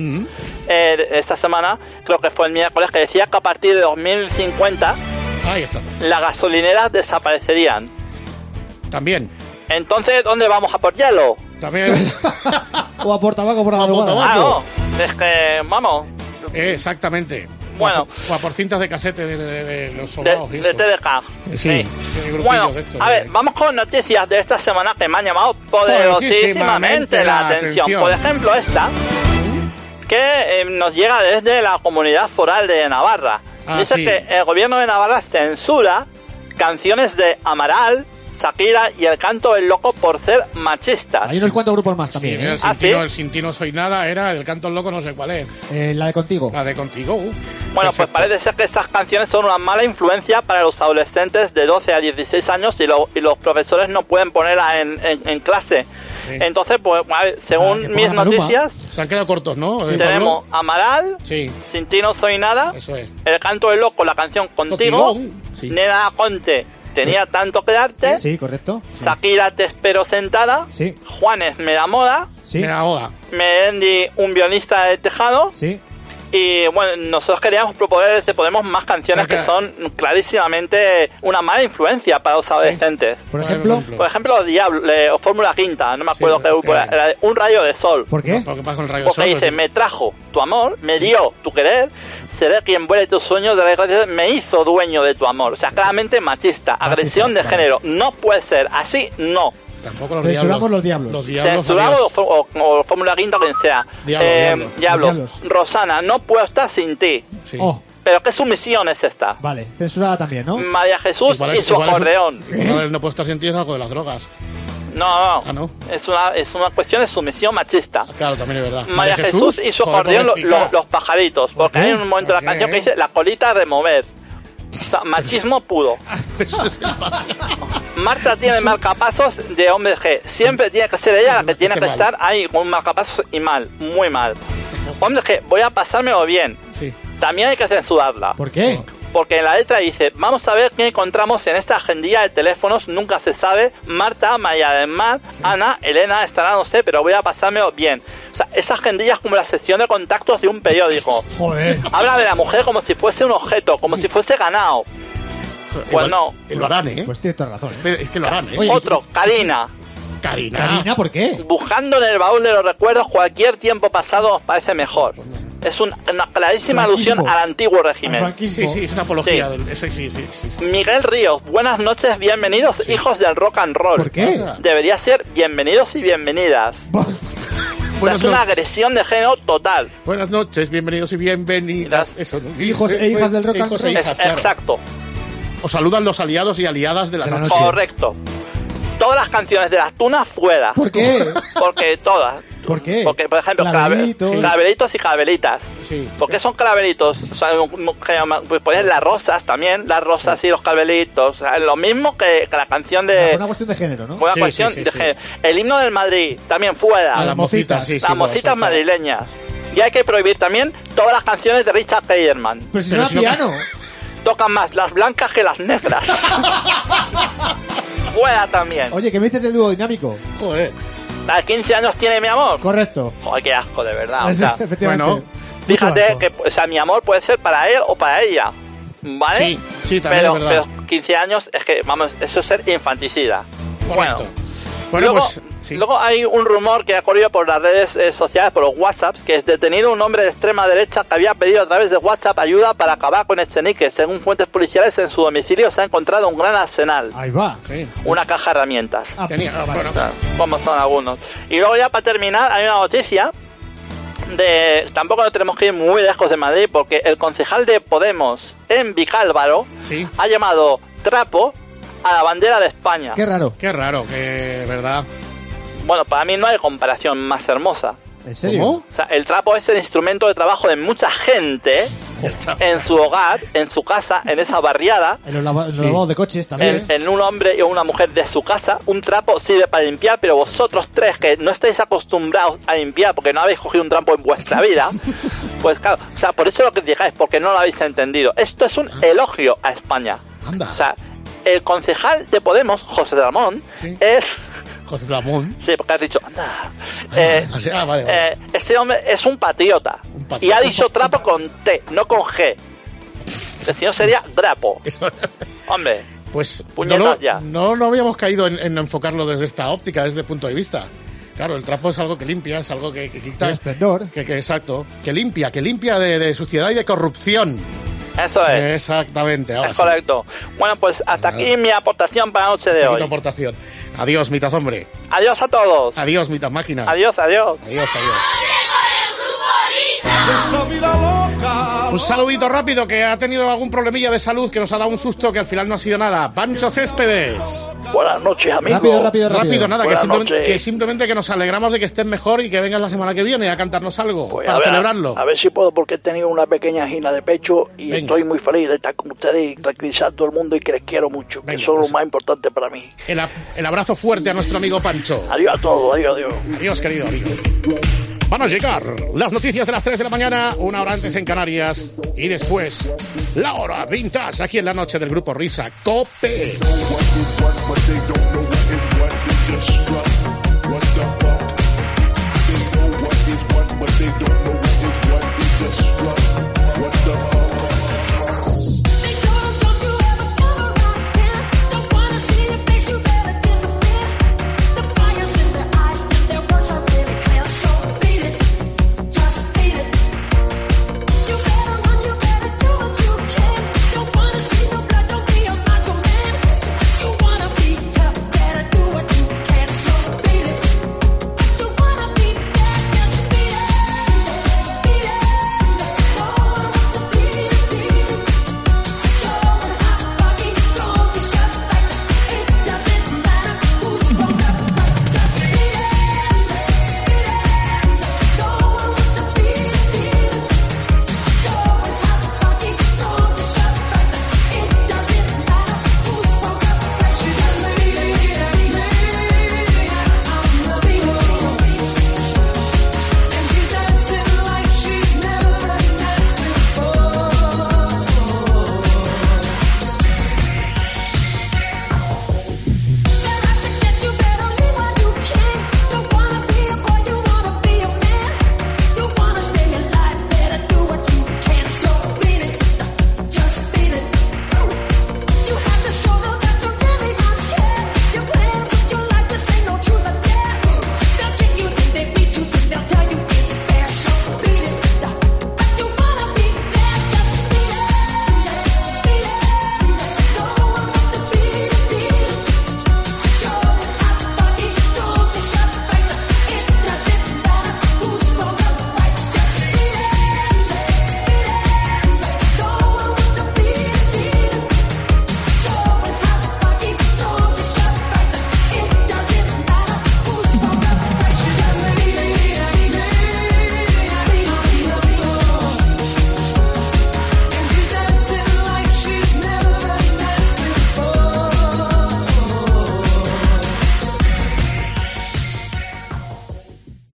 [SPEAKER 23] eh, de- esta semana, creo que fue el miércoles, que decía que a partir de 2050
[SPEAKER 4] Ahí está.
[SPEAKER 23] las gasolineras desaparecerían.
[SPEAKER 4] También.
[SPEAKER 23] Entonces, ¿dónde vamos a por hielo?
[SPEAKER 4] También.
[SPEAKER 12] O a por tabaco por la
[SPEAKER 23] Ah,
[SPEAKER 12] madrugada.
[SPEAKER 23] no. Es que, vamos,
[SPEAKER 4] Eh, exactamente.
[SPEAKER 23] Bueno.
[SPEAKER 4] O a por cintas de casete de, de- de los
[SPEAKER 23] de,
[SPEAKER 4] soldados. y
[SPEAKER 23] de
[SPEAKER 4] eso.
[SPEAKER 23] TDK.
[SPEAKER 4] Sí. de grupillos
[SPEAKER 23] Bueno,
[SPEAKER 4] de estos,
[SPEAKER 23] a
[SPEAKER 4] de-
[SPEAKER 23] ver, vamos con noticias de esta semana que me han llamado poderosísimamente la atención. Por ejemplo, esta, que eh, nos llega desde la comunidad foral de Navarra.
[SPEAKER 24] Ah,
[SPEAKER 23] Dice
[SPEAKER 24] sí.
[SPEAKER 23] que el gobierno de Navarra censura canciones de Amaral, Shakira y el canto del loco por ser machistas.
[SPEAKER 12] Hay unos cuantos grupos más también.
[SPEAKER 23] mira,
[SPEAKER 12] ¿eh?
[SPEAKER 4] El sintino, el sintino soy nada, era el canto loco, no sé cuál es.
[SPEAKER 12] Eh, la de contigo.
[SPEAKER 4] La de contigo. uh.
[SPEAKER 23] Bueno, pues parece ser que estas canciones son una mala influencia para los adolescentes de 12 a 16 años y, lo- y los profesores no pueden ponerla en, en- en clase.
[SPEAKER 4] Sí. Ah,
[SPEAKER 23] Entonces, pues, a ver, según mis noticias,
[SPEAKER 4] Se han quedado cortos, ¿no? Eh,
[SPEAKER 23] tenemos
[SPEAKER 4] Pablo?
[SPEAKER 23] Amaral, Sin ti no soy nada,
[SPEAKER 4] Eso es.
[SPEAKER 23] El canto del loco, la canción Contigo, Nena Conte, Tenía tanto que darte,
[SPEAKER 12] Sí, correcto.
[SPEAKER 4] Mm.
[SPEAKER 23] Shakira Te espero sentada,
[SPEAKER 12] Sí.
[SPEAKER 23] Juanes Me da moda,
[SPEAKER 12] Sí.
[SPEAKER 23] Melendi Un violinista de tejado,
[SPEAKER 12] Sí.
[SPEAKER 23] y bueno, nosotros queríamos proponer si podemos más canciones que son clarísimamente una mala influencia para los adolescentes.
[SPEAKER 12] Por ejemplo.
[SPEAKER 23] Por ejemplo, Diablo, eh, o Fórmula Quinta, no me acuerdo qué grupo era, era de Un rayo de sol.
[SPEAKER 12] eh, ¿Por qué?
[SPEAKER 4] Porque pasa con el rayo
[SPEAKER 23] Porque
[SPEAKER 4] sol,
[SPEAKER 23] dice,
[SPEAKER 4] pues,
[SPEAKER 23] me trajo tu amor, me dio tu querer, seré quien vuele tus sueños, de gracias, me hizo dueño de tu amor. O sea, claramente machista, agresión de
[SPEAKER 12] claro.
[SPEAKER 23] género. No puede ser, así no.
[SPEAKER 4] Tampoco los
[SPEAKER 12] Censuramos los diablos.
[SPEAKER 4] Los
[SPEAKER 23] Censurado o, o, o Fórmula Quinta, quien sea.
[SPEAKER 12] Diablo,
[SPEAKER 23] Eh,
[SPEAKER 12] diablo.
[SPEAKER 23] Diablo,
[SPEAKER 12] Diablos.
[SPEAKER 23] Rosana, no puedo estar sin ti.
[SPEAKER 12] Oh,
[SPEAKER 23] Pero qué sumisión es esta.
[SPEAKER 12] vale. Censurada también, ¿no?
[SPEAKER 23] María Jesús
[SPEAKER 4] Igual
[SPEAKER 23] y
[SPEAKER 4] es-
[SPEAKER 23] su
[SPEAKER 4] igual es-
[SPEAKER 23] acordeón.
[SPEAKER 4] igual el Eh, no puedo estar sin ti es algo de las drogas.
[SPEAKER 23] No, no. Es, una, es una cuestión de sumisión machista.
[SPEAKER 4] Claro, también es verdad.
[SPEAKER 23] María Jesús, y su
[SPEAKER 4] joder,
[SPEAKER 23] acordeón, lo- lo-
[SPEAKER 4] pobrecita.
[SPEAKER 23] los pajaritos. Porque
[SPEAKER 4] qué?
[SPEAKER 23] hay un momento de la
[SPEAKER 4] ¿Por
[SPEAKER 23] canción que
[SPEAKER 4] qué?
[SPEAKER 23] dice la colita a remover. O sea, machismo puro. Marta tiene marcapasos de hombre G. Siempre tiene que ser ella la que tiene que
[SPEAKER 24] mal.
[SPEAKER 23] estar ahí con un marcapasos y mal, muy mal. Hombre G, voy a pasármelo bien. También hay que censurarla.
[SPEAKER 12] ¿Por qué?
[SPEAKER 23] Porque en la letra dice, vamos a ver qué encontramos en esta agendilla de teléfonos, nunca se sabe. Marta, María del Mar, Ana, Elena, estará, no sé, pero voy a pasármelo bien. O sea, esa agendilla es como la sección de contactos de un periódico.
[SPEAKER 12] Joder.
[SPEAKER 23] Habla de la mujer como si fuese un objeto, como si fuese ganado. Pues
[SPEAKER 4] Igual-
[SPEAKER 23] no.
[SPEAKER 4] Lo harán, ¿eh? Este,
[SPEAKER 12] Pues tienes toda razón.
[SPEAKER 4] Es que lo harán, ¿eh?
[SPEAKER 23] Otro, Karina.
[SPEAKER 4] Karina.
[SPEAKER 23] Karina,
[SPEAKER 12] ¿por qué?
[SPEAKER 23] Buscando en el baúl de los recuerdos cualquier tiempo pasado nos parece mejor. Es un- una clarísima
[SPEAKER 4] Franquismo.
[SPEAKER 23] alusión al antiguo régimen.
[SPEAKER 4] Sí, sí, es una apología.
[SPEAKER 23] Sí.
[SPEAKER 4] Del, es- sí, sí, sí, sí.
[SPEAKER 23] Miguel Ríos, buenas noches, bienvenidos, hijos del rock and roll. ¿Por
[SPEAKER 4] qué?
[SPEAKER 23] Debería ser bienvenidos y bienvenidas. O sea,
[SPEAKER 4] Buenas
[SPEAKER 23] es una
[SPEAKER 4] noches.
[SPEAKER 23] agresión de género total.
[SPEAKER 4] Buenas noches, bienvenidos y bienvenidas. Eso, ¿no?
[SPEAKER 23] Hijos e hijas del rock and
[SPEAKER 4] Hijos e
[SPEAKER 23] roll.
[SPEAKER 4] hijas, claro.
[SPEAKER 23] Exacto.
[SPEAKER 4] Os saludan los aliados y aliadas de la, noche.
[SPEAKER 23] Correcto. Todas las canciones de las tunas fuera. ¿Por
[SPEAKER 12] qué?
[SPEAKER 23] Porque todas.
[SPEAKER 12] ¿Por qué?
[SPEAKER 23] Porque, por ejemplo,
[SPEAKER 12] Clavelitos.
[SPEAKER 23] clavelitos, clavelitos y clavelitas. ¿Por qué son clavelitos? O sea, un- un- que llama- pues ponen las rosas también, las rosas y los clavelitos. O sea, lo mismo que, que la canción de...
[SPEAKER 12] Una cuestión de género, ¿no?
[SPEAKER 23] Buena cuestión. de género. El himno del Madrid, también fuera.
[SPEAKER 12] A las mocitas, sí, sí,
[SPEAKER 23] Las
[SPEAKER 12] bueno, eso
[SPEAKER 23] mocitas
[SPEAKER 12] está.
[SPEAKER 23] madrileñas. Y hay que prohibir también todas las canciones de Richard Kleiderman.
[SPEAKER 12] Pero si Pero suena si no- piano.
[SPEAKER 23] Tocan más las blancas que las negras. fuera también.
[SPEAKER 12] Oye, ¿qué me dices del dúo dinámico?
[SPEAKER 4] Joder.
[SPEAKER 23] A 15 años tiene mi amor.
[SPEAKER 12] Correcto.
[SPEAKER 23] Joder, qué asco, de verdad. O sea,
[SPEAKER 12] Efectivamente. Bueno,
[SPEAKER 23] fíjate que o sea, mi amor puede ser para él o para ella. ¿Vale?
[SPEAKER 4] Sí, sí, también
[SPEAKER 23] pero,
[SPEAKER 4] es verdad.
[SPEAKER 23] pero 15 años es que, vamos, eso es ser infanticida.
[SPEAKER 4] Correcto.
[SPEAKER 23] Bueno,
[SPEAKER 4] Bueno,
[SPEAKER 23] luego,
[SPEAKER 4] pues, sí.
[SPEAKER 23] luego hay un rumor que ha corrido por las redes eh, sociales, por los WhatsApps, que es detenido un hombre de extrema derecha que había pedido a través de WhatsApp ayuda para acabar con Echenique. Según fuentes policiales, en su domicilio se ha encontrado un gran arsenal,
[SPEAKER 12] Ahí va.
[SPEAKER 23] una caja de herramientas.
[SPEAKER 4] Tenía, bueno,
[SPEAKER 23] como son algunos. Y luego ya para terminar, hay una noticia de... Tampoco nos tenemos que ir muy lejos de Madrid porque el concejal de Podemos en Vicálvaro ha llamado trapo a la bandera de España.
[SPEAKER 12] Qué raro.
[SPEAKER 4] Qué raro, que verdad.
[SPEAKER 23] Bueno, para mí no hay comparación más hermosa.
[SPEAKER 12] ¿En
[SPEAKER 4] serio? ¿Cómo?
[SPEAKER 23] O sea, el trapo es el instrumento de trabajo de mucha gente en su hogar, en su casa, en esa barriada.
[SPEAKER 12] En los, lava- en los lavados de coches también.
[SPEAKER 23] En, en un hombre y una mujer de su casa, un trapo sirve para limpiar, pero vosotros tres que no estáis acostumbrados a limpiar porque no habéis cogido un trapo en vuestra vida, pues claro, o sea, por eso lo criticáis, porque no lo habéis entendido. Esto es un
[SPEAKER 4] Ah.
[SPEAKER 23] elogio a España. O sea, el concejal de Podemos, José Ramón, es...
[SPEAKER 4] José Ramón.
[SPEAKER 23] Sí, porque has dicho, anda. Eh,
[SPEAKER 4] Ah, sí, ah, vale, vale.
[SPEAKER 23] eh, este hombre es un patriota,
[SPEAKER 4] patriota.
[SPEAKER 23] y ha dicho trapo con T, no con G. Que Si no sería drapo. Hombre.
[SPEAKER 4] Pues no,
[SPEAKER 23] Puñetas
[SPEAKER 4] lo-
[SPEAKER 23] ya.
[SPEAKER 4] no, no habíamos caído en, en enfocarlo desde esta óptica, desde el punto de vista. Claro, el trapo es algo que limpia, es algo que, que quita.
[SPEAKER 12] El esplendor.
[SPEAKER 4] Que, que- exacto. Que limpia, que limpia de, de suciedad y de corrupción.
[SPEAKER 23] Eso es.
[SPEAKER 4] Exactamente, ahora
[SPEAKER 23] es
[SPEAKER 4] sí.
[SPEAKER 23] correcto.
[SPEAKER 4] ¿eh?
[SPEAKER 23] Bueno, pues hasta aquí mi aportación para la noche de
[SPEAKER 4] Esta
[SPEAKER 23] hoy.
[SPEAKER 4] quinta aportación. Adiós, mitad hombre.
[SPEAKER 23] Adiós a todos.
[SPEAKER 4] Adiós, mitad máquina.
[SPEAKER 23] Adiós, adiós.
[SPEAKER 4] Ah. Adiós, adiós. Un saludito rápido que ha tenido algún problemilla de salud que nos ha dado un susto que al final no ha sido nada. Pancho Céspedes.
[SPEAKER 23] Buenas noches, amigo.
[SPEAKER 12] Rápido, rápido, rápido.
[SPEAKER 4] nada, que
[SPEAKER 23] Buenas
[SPEAKER 4] simplemente,
[SPEAKER 23] noches.
[SPEAKER 4] que simplemente que nos alegramos de que estés mejor y que vengas la semana que viene a cantarnos algo para
[SPEAKER 13] Pues a ver,
[SPEAKER 4] celebrarlo.
[SPEAKER 13] A ver si puedo, porque he tenido una pequeña gina de pecho y
[SPEAKER 4] Venga.
[SPEAKER 13] estoy muy feliz de estar con ustedes y tranquilizar a todo el mundo y que les quiero mucho, que eso es lo
[SPEAKER 4] pues.
[SPEAKER 13] más importante para mí.
[SPEAKER 4] El, ab- el abrazo fuerte a nuestro amigo Pancho.
[SPEAKER 13] Adiós a todos, adiós, adiós.
[SPEAKER 4] Adiós, querido amigo. Van a llegar las noticias de las 3 de la mañana, una hora antes en Canarias, y después la hora vintage aquí en la noche del grupo Risa Cope.